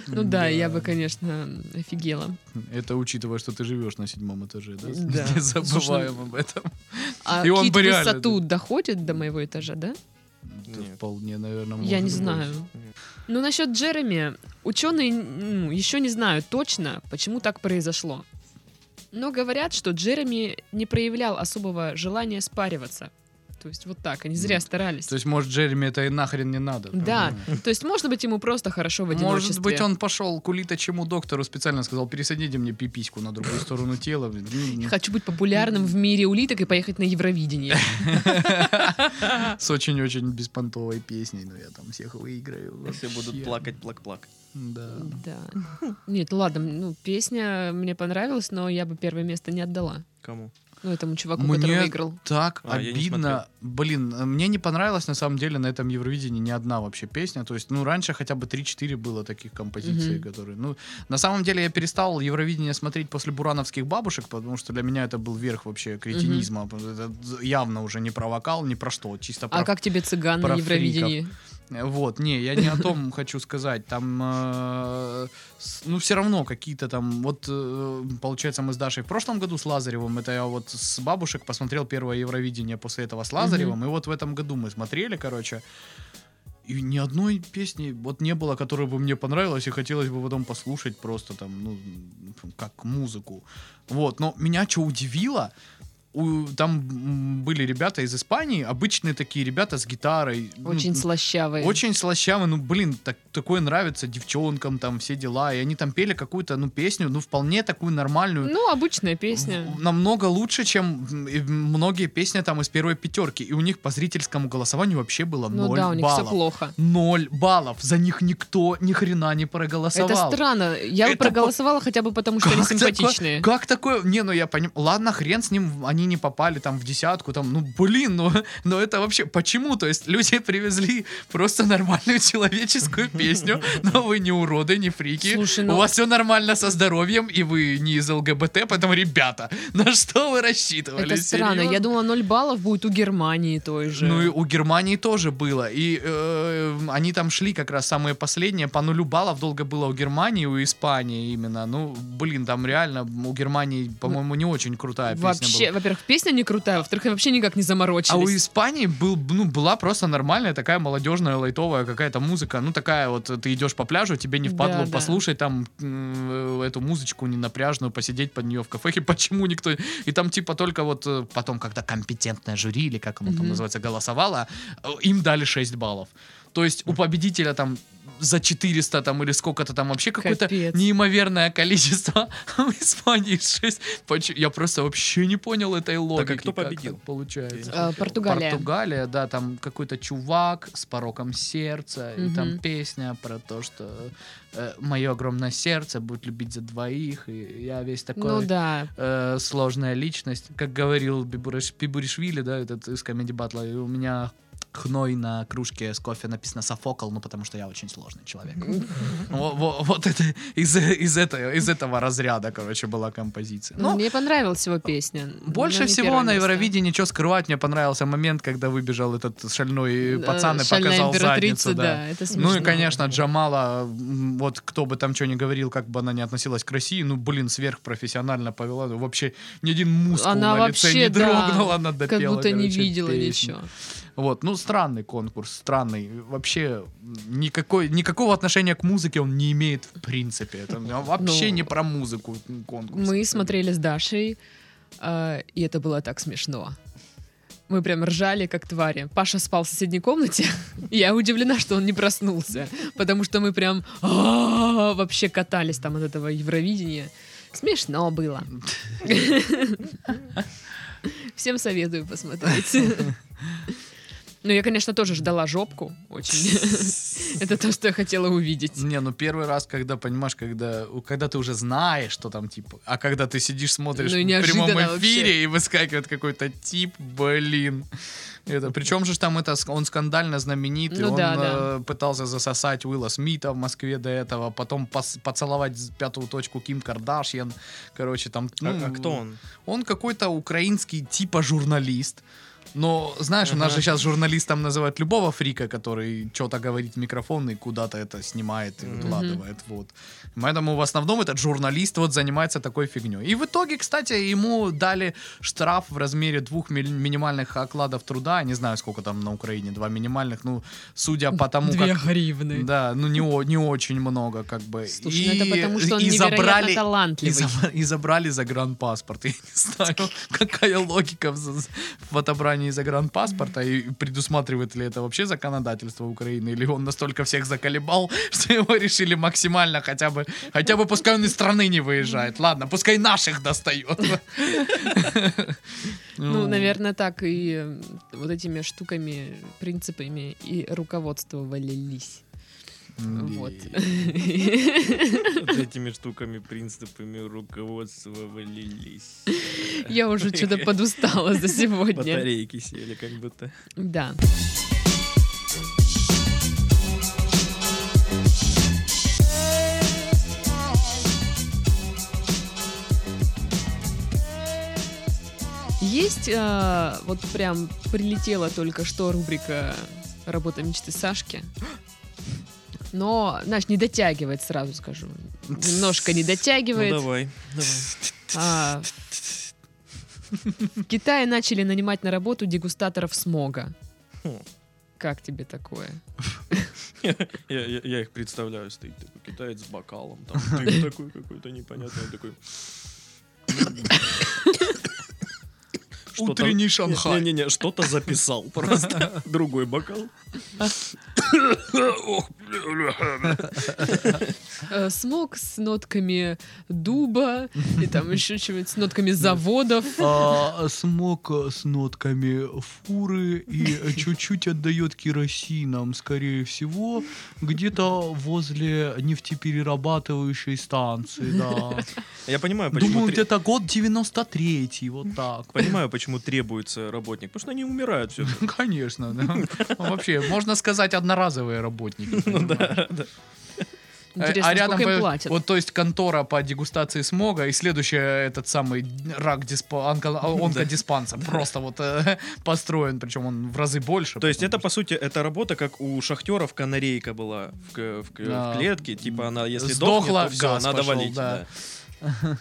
Ну да, я бы, конечно, офигела. Это учитывая, что ты живешь на седьмом этаже, да? Да. Не забываем об этом. А И он кит бы в реально- высоту доходит до моего этажа, да? Это Нет. вполне, наверное, Я может не быть. знаю. Ну, насчет Джереми, ученые ну, еще не знают точно, почему так произошло. Но говорят, что Джереми не проявлял особого желания спариваться. То есть вот так, они зря Ну, старались. То есть, может, Джереми это и нахрен не надо. ну, Да, то есть, может быть, ему просто хорошо в одиночестве. Может быть, он пошел к улиточему доктору специально сказал, пересадите мне пипиську на другую сторону тела. блин». ну, М, Хочу быть популярным в мире улиток и поехать на Евровидение. С очень-очень беспонтовой песней, но я там всех выиграю. Все будут вообще. плакать, плак-плак. Да. Да. Нет, ладно, ну, песня мне понравилась, но я бы первое место не отдала. Кому? Ну, этому чуваку, который Мне выиграл. так А, я не обидно. Блин, э, мне не понравилась на самом деле на этом Евровидении ни одна вообще песня. То есть, ну, раньше хотя бы 3-4 было таких композиций, Мгм. которые... Ну, на самом деле я перестал Евровидение смотреть после «Бурановских бабушек», потому что для меня это был верх вообще кретинизма. Это явно уже не про вокал, не про что, чисто про А как тебе цыган на про Евровидении? Э, Вот, не, я не о том хочу сказать. Там, э, с- ну, все равно какие-то там, вот, э, получается, мы с Дашей в прошлом году с Лазаревым, это я вот с бабушек посмотрел первое Евровидение после этого с Лазаревым, и вот в этом году мы смотрели, короче, и ни одной песни вот не было, которая бы мне понравилась, и хотелось бы потом послушать просто там, ну, как музыку. Вот, но меня что удивило, у- там м, были ребята из Испании, обычные такие ребята с гитарой. ну, Очень слащавый. очень слащавый, ну, блин, так, такое нравится девчонкам, там, все дела. И они там пели какую-то, ну, песню, ну, вполне такую нормальную. Ну, обычная песня. В- Намного лучше, чем м, и многие песни там из первой пятерки. И у них по зрительскому голосованию вообще было Ну ноль да, у них все баллов. плохо. Ноль баллов. За них никто ни хрена не проголосовал. Это странно. Я бы Это по- проголосовала хотя бы потому, что они такое- симпатичные. как такое? Не, ну я понимаю. Ладно, хрен с ним, они не попали там в десятку, там, ну блин, ну, но это вообще почему? То есть люди привезли просто нормальную человеческую песню, но вы не уроды, не фрики. Слушай, ну- У вас все нормально со здоровьем, и вы не из ЛГБТ, поэтому, ребята, на что вы рассчитывали? Это странно. Серьезно? Я думала, 0 баллов будет у Германии той же. Ну и у Германии тоже было. И э, они там шли как раз самые последние. По нулю баллов долго было у Германии, у Испании именно. Ну, блин, там реально у Германии, по-моему, не очень крутая песня Вообще, была. во-первых, песня не крутая, во-вторых, они вообще никак не А у заморочились. Испании был, ну, была просто нормальная такая молодежная лайтовая какая-то музыка. Ну, такая вот, э, ты идешь по пляжу, тебе не впадло Да, да. послушать там м, э, эту музычку ненапряжную, посидеть под нее в кафехе. Почему никто... И там типа только вот э, потом, когда компетентное жюри, или как оно там Мгм. называется, голосовало, э, им дали 6 баллов. То есть у победителя там за 400 там или сколько-то там вообще какое-то Капец. неимоверное количество а в Испании 6. Поч- Я просто вообще не понял этой логики. кто как победил? так получается? А, Португалия. Португалия, да, там какой-то чувак с пороком сердца, и там Мгм. песня про то, что мое огромное сердце будет любить за двоих, и я весь такой Ну да. э, сложная личность. Как говорил Бибуриш, Бибуришвили, да, этот из комедии Батла, и у меня хной на кружке с кофе написано «Софокл», ну, потому что я очень сложный человек. Во- во- Вот это из из этого из этого разряда, короче, была композиция. Ну, Мне понравилась его песня. Ну, больше всего на Евровидении ничего скрывать, мне понравился момент, когда выбежал этот Э, шальной пацан и показал задницу. да. это Ну и, смешно. конечно, Джамала, м, вот кто бы там что ни говорил, как бы она ни относилась к России, ну, блин, сверхпрофессионально повела. ну, Вообще ни один мускул на Она лице вообще, не да, дрогнул, она допела, Как будто не короче, видела песню. ничего. Вот, ну, странный конкурс, странный. Вообще никакой, никакого отношения к музыке он не имеет в принципе. Это вообще Ну, не про музыку конкурс. Мы смотрели с Дашей, э, и это было так смешно. Мы прям ржали, как твари. Паша спал в соседней комнате. Я удивлена, что он не проснулся. Потому что мы прям «А-а-а» вообще катались там от этого Евровидения. Смешно было. Всем советую посмотреть. Ну, я, конечно, тоже ждала жопку очень. Это то, что я хотела увидеть. Не, ну первый раз, когда, понимаешь, когда, у- когда ты уже знаешь, что там, типа, а когда ты сидишь, смотришь Ну и в прямом эфире неожиданно и выскакивает какой-то тип, блин. Это, причем же там это, ск- он скандально знаменитый, Ну он да, э, пытался засосать Уилла Смита в Москве до этого, потом пос- поцеловать з- пятую точку Ким Кардашьян, короче, там... ну, А а кто он? Он какой-то украинский типа журналист. Но, знаешь, у нас Ага. же сейчас журналистом называют любого фрика, который что-то говорит в микрофон и куда-то это снимает и Мгм. выкладывает. Вот. Поэтому в основном этот журналист вот занимается такой фигней. И в итоге, кстати, ему дали штраф в размере двух ми- минимальных окладов труда. Не знаю, сколько там на Украине, два минимальных. Ну, судя по тому, Две как... гривны. Да, ну не, о- не очень много, как бы. Слушай, ну это потому, что он и невероятно забрали, и, талантливый. заб- и забрали загранпаспорт. Я не знаю, какая логика в, за- в отобрании загранпаспорта и предусматривает ли это вообще законодательство Украины, или он настолько всех заколебал, что его решили максимально хотя бы, хотя бы пускай он из страны не выезжает. Ладно, пускай наших достает. Ну, наверное, так и э, вот этими штуками, принципами и руководствовались. Вот. Вот этими штуками, принципами руководствовались. Я уже что-то подустала за сегодня. Батарейки сели как будто. Да. Есть э, вот прям прилетела только что рубрика «Работа мечты Сашки». Но, знаешь, не дотягивает, сразу скажу. Немножко не Ну дотягивает. давай, давай. А, В Китае начали нанимать на работу дегустаторов смога. Хм. Как тебе такое? Я, я- я их представляю, стоит такой китаец с бокалом, там дым такой какой-то непонятный, он такой... Что-то- Утренний Шанхай. Не-не-не, что-то записал просто. Другой бокал. Ох, бля, бля. Э, Смог с нотками дуба и там еще чего-нибудь с нотками заводов. смог с нотками фуры и чуть-чуть отдает керосином, скорее всего, где-то возле нефтеперерабатывающей станции, да. Я понимаю, почему... Думаю, тре- где-то год 93-й, вот так. Понимаю, почему требуется работник, потому что они умирают все. Конечно, да. Ну, Вообще, можно сказать, одноразовые Ну работники. А- Интересно, а рядом, сколько им по- платят. вот, то есть, контора по дегустации смога и следующая этот самый рак диспа, онко- онкодиспансер просто вот э, построен, причем он в разы больше. То есть это, по сути, это работа, как у шахтеров канарейка была в, к- в к- в Да. клетке. Типа она, если Сдохла, дохла, то все, газ надо пошел, валить. да. да.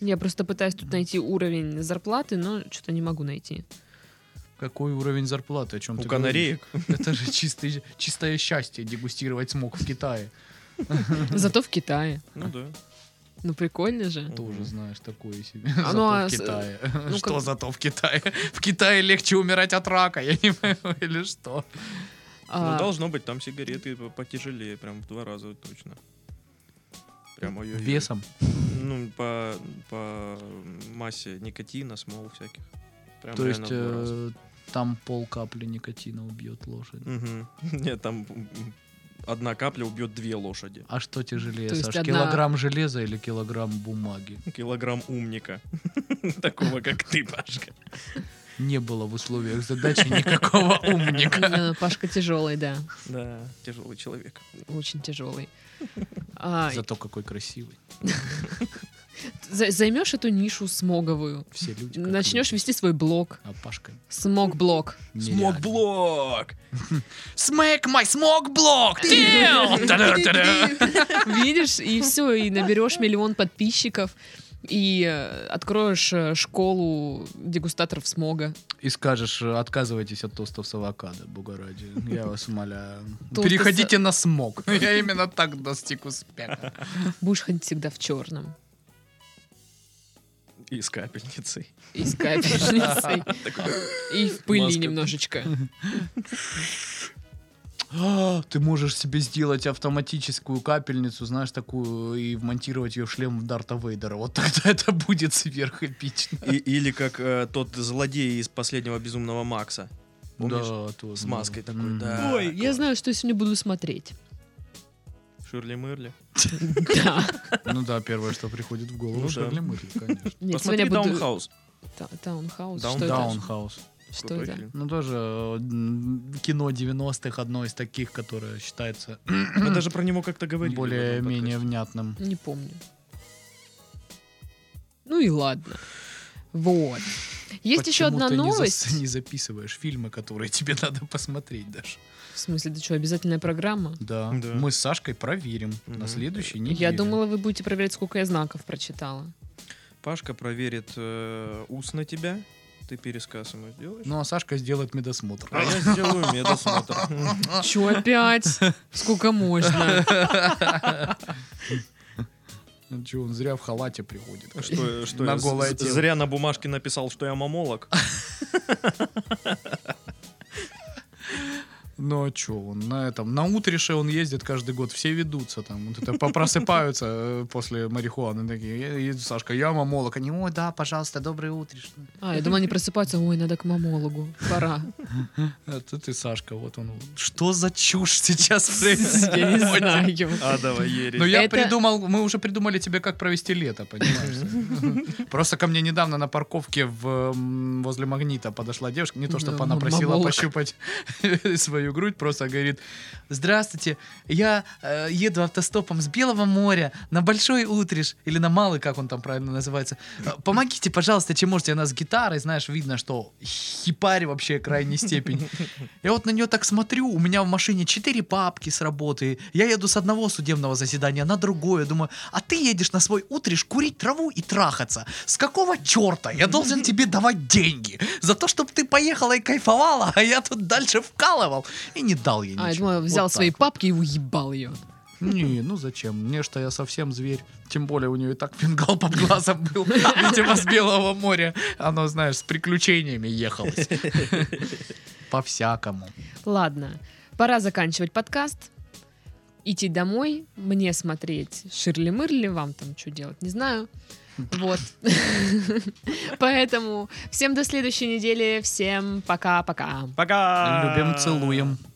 Я просто пытаюсь тут найти уровень зарплаты, но что-то не могу найти. Какой уровень зарплаты? О чем У ты канареек. говоришь? Это же чистый- чистое счастье дегустировать смог в Китае. Зато в Китае. Ну да. Ну прикольно же. Тоже Мгм. знаешь такое себе. А, ну, Зато а в с- Китае. ну, Что как- зато в Китае? В Китае легче умирать от рака, я не понимаю, или что? А, Ну должно быть, там сигареты по- потяжелее, прям в два раза точно. Прям ой-ой-ой. Весом. Ну, по, по массе никотина, смол всяких. Прям То реально есть в два раза. э, там пол капли никотина убьет лошадь. Мгм. Нет, там м, м, одна капля убьет две лошади. А что тяжелее, То есть Саш, одна- килограмм железа или килограмм бумаги? Килограмм умника. Такого, как ты, Пашка. не было в условиях задачи никакого умника. Э, Пашка тяжелый, да. Да, тяжелый человек. Очень тяжелый. А, Зато какой красивый. за- Займешь эту нишу смоговую. Все люди. как Начнешь люди. вести свой блог. А Пашка Смог-блог. нереально. блок! Smack my smoke block! Видишь, и все, и наберешь миллион подписчиков. И э, откроешь э, школу дегустаторов смога. И скажешь, э, отказывайтесь от тостов с авокадо, бога ради. Я вас умоляю. Тосты Переходите на смог. Я именно так достиг успеха. Будешь ходить всегда в черном. И с капельницей. И с капельницей. И в пыли Маска. немножечко. А, Ты можешь себе сделать автоматическую капельницу, знаешь, такую, и вмонтировать ее в шлем Дарта Вейдера. Вот тогда это будет сверхэпично. И- или как э, тот злодей из последнего безумного Макса. Помнишь? Да, тоже. С маской такой, Мгм. да. Ой, я знаю, что я сегодня буду смотреть. Ширли Мерли. Да. Ну да, первое, что приходит в Ну голову, да. Шарли Мырли, конечно. Нет, Посмотри сегодня буду- Даунхаус. Та- Таунхаус. Даун- Что это? Даунхаус. Что Крутой это? фильм. Ну тоже э, м, кино 90-х одно из таких, которое считается Мы даже про него как-то говорили. в этом более-менее подкасте. внятным. Не помню. Ну и ладно. Вот. Есть еще Почему одна ты не зас- новость. Не записываешь фильмы, которые тебе надо посмотреть даже. В смысле, ты что, обязательная программа? Да. Да. Мы с Сашкой проверим Мгм. на следующей неделе. Я думала, вы будете проверять, сколько я знаков прочитала. Пашка проверит э, устно тебя. Ты пересказ ему сделаешь. Ну а Сашка сделает медосмотр. А я сделаю медосмотр. А. Че опять? Сколько можно? Ну чё, он зря в халате приходит. А Что, что На я з- голое з- тело. зря на бумажке написал, что я мамолог. Ну а чё, он на этом, на утрише он ездит каждый год, все ведутся там, вот это попросыпаются э, после марихуаны такие. И Сашка, я мамолог. Они, ой, да, пожалуйста, добрый утришный. А, я думала, они просыпаются. Ой, надо к мамологу. Пора. Это ты, Сашка, вот он. Что за чушь сейчас Я не происходит? знаю. А, давай, Ну я Это- придумал, мы уже придумали тебе, как провести лето, понимаешь? Просто ко мне недавно на парковке в, м, возле магнита подошла девушка, не то чтобы Да, она просила мамолог. пощупать свою грудь, просто говорит, здравствуйте, я э, еду автостопом с Белого моря на Большой Утриш, или на Малый, как он там правильно называется. Э, Помогите, пожалуйста, чем можете, она с гитарой, знаешь, видно, что хипарь вообще крайней степени. Я вот на нее так смотрю, у меня в машине четыре папки с работы. Я еду с одного судебного заседания на другое. Думаю, а ты едешь на свой утриш курить траву и трахаться. С какого черта я должен тебе давать деньги? За то, чтобы ты поехала и кайфовала, а я тут дальше вкалывал и не дал ей ничего. А, я думала, взял Вот так свои вот. папки и уебал ее. Не, ну зачем? Мне что, я совсем зверь. Тем более у нее и так фингал под глазом был. Видимо, с Белого моря. Оно, знаешь, с приключениями ехалось. По-всякому. Ладно, пора заканчивать подкаст. Идти домой, мне смотреть Ширли-мырли, вам там что делать, не знаю. Вот. Поэтому всем до следующей недели, всем пока-пока. Пока! А, Любим, целуем.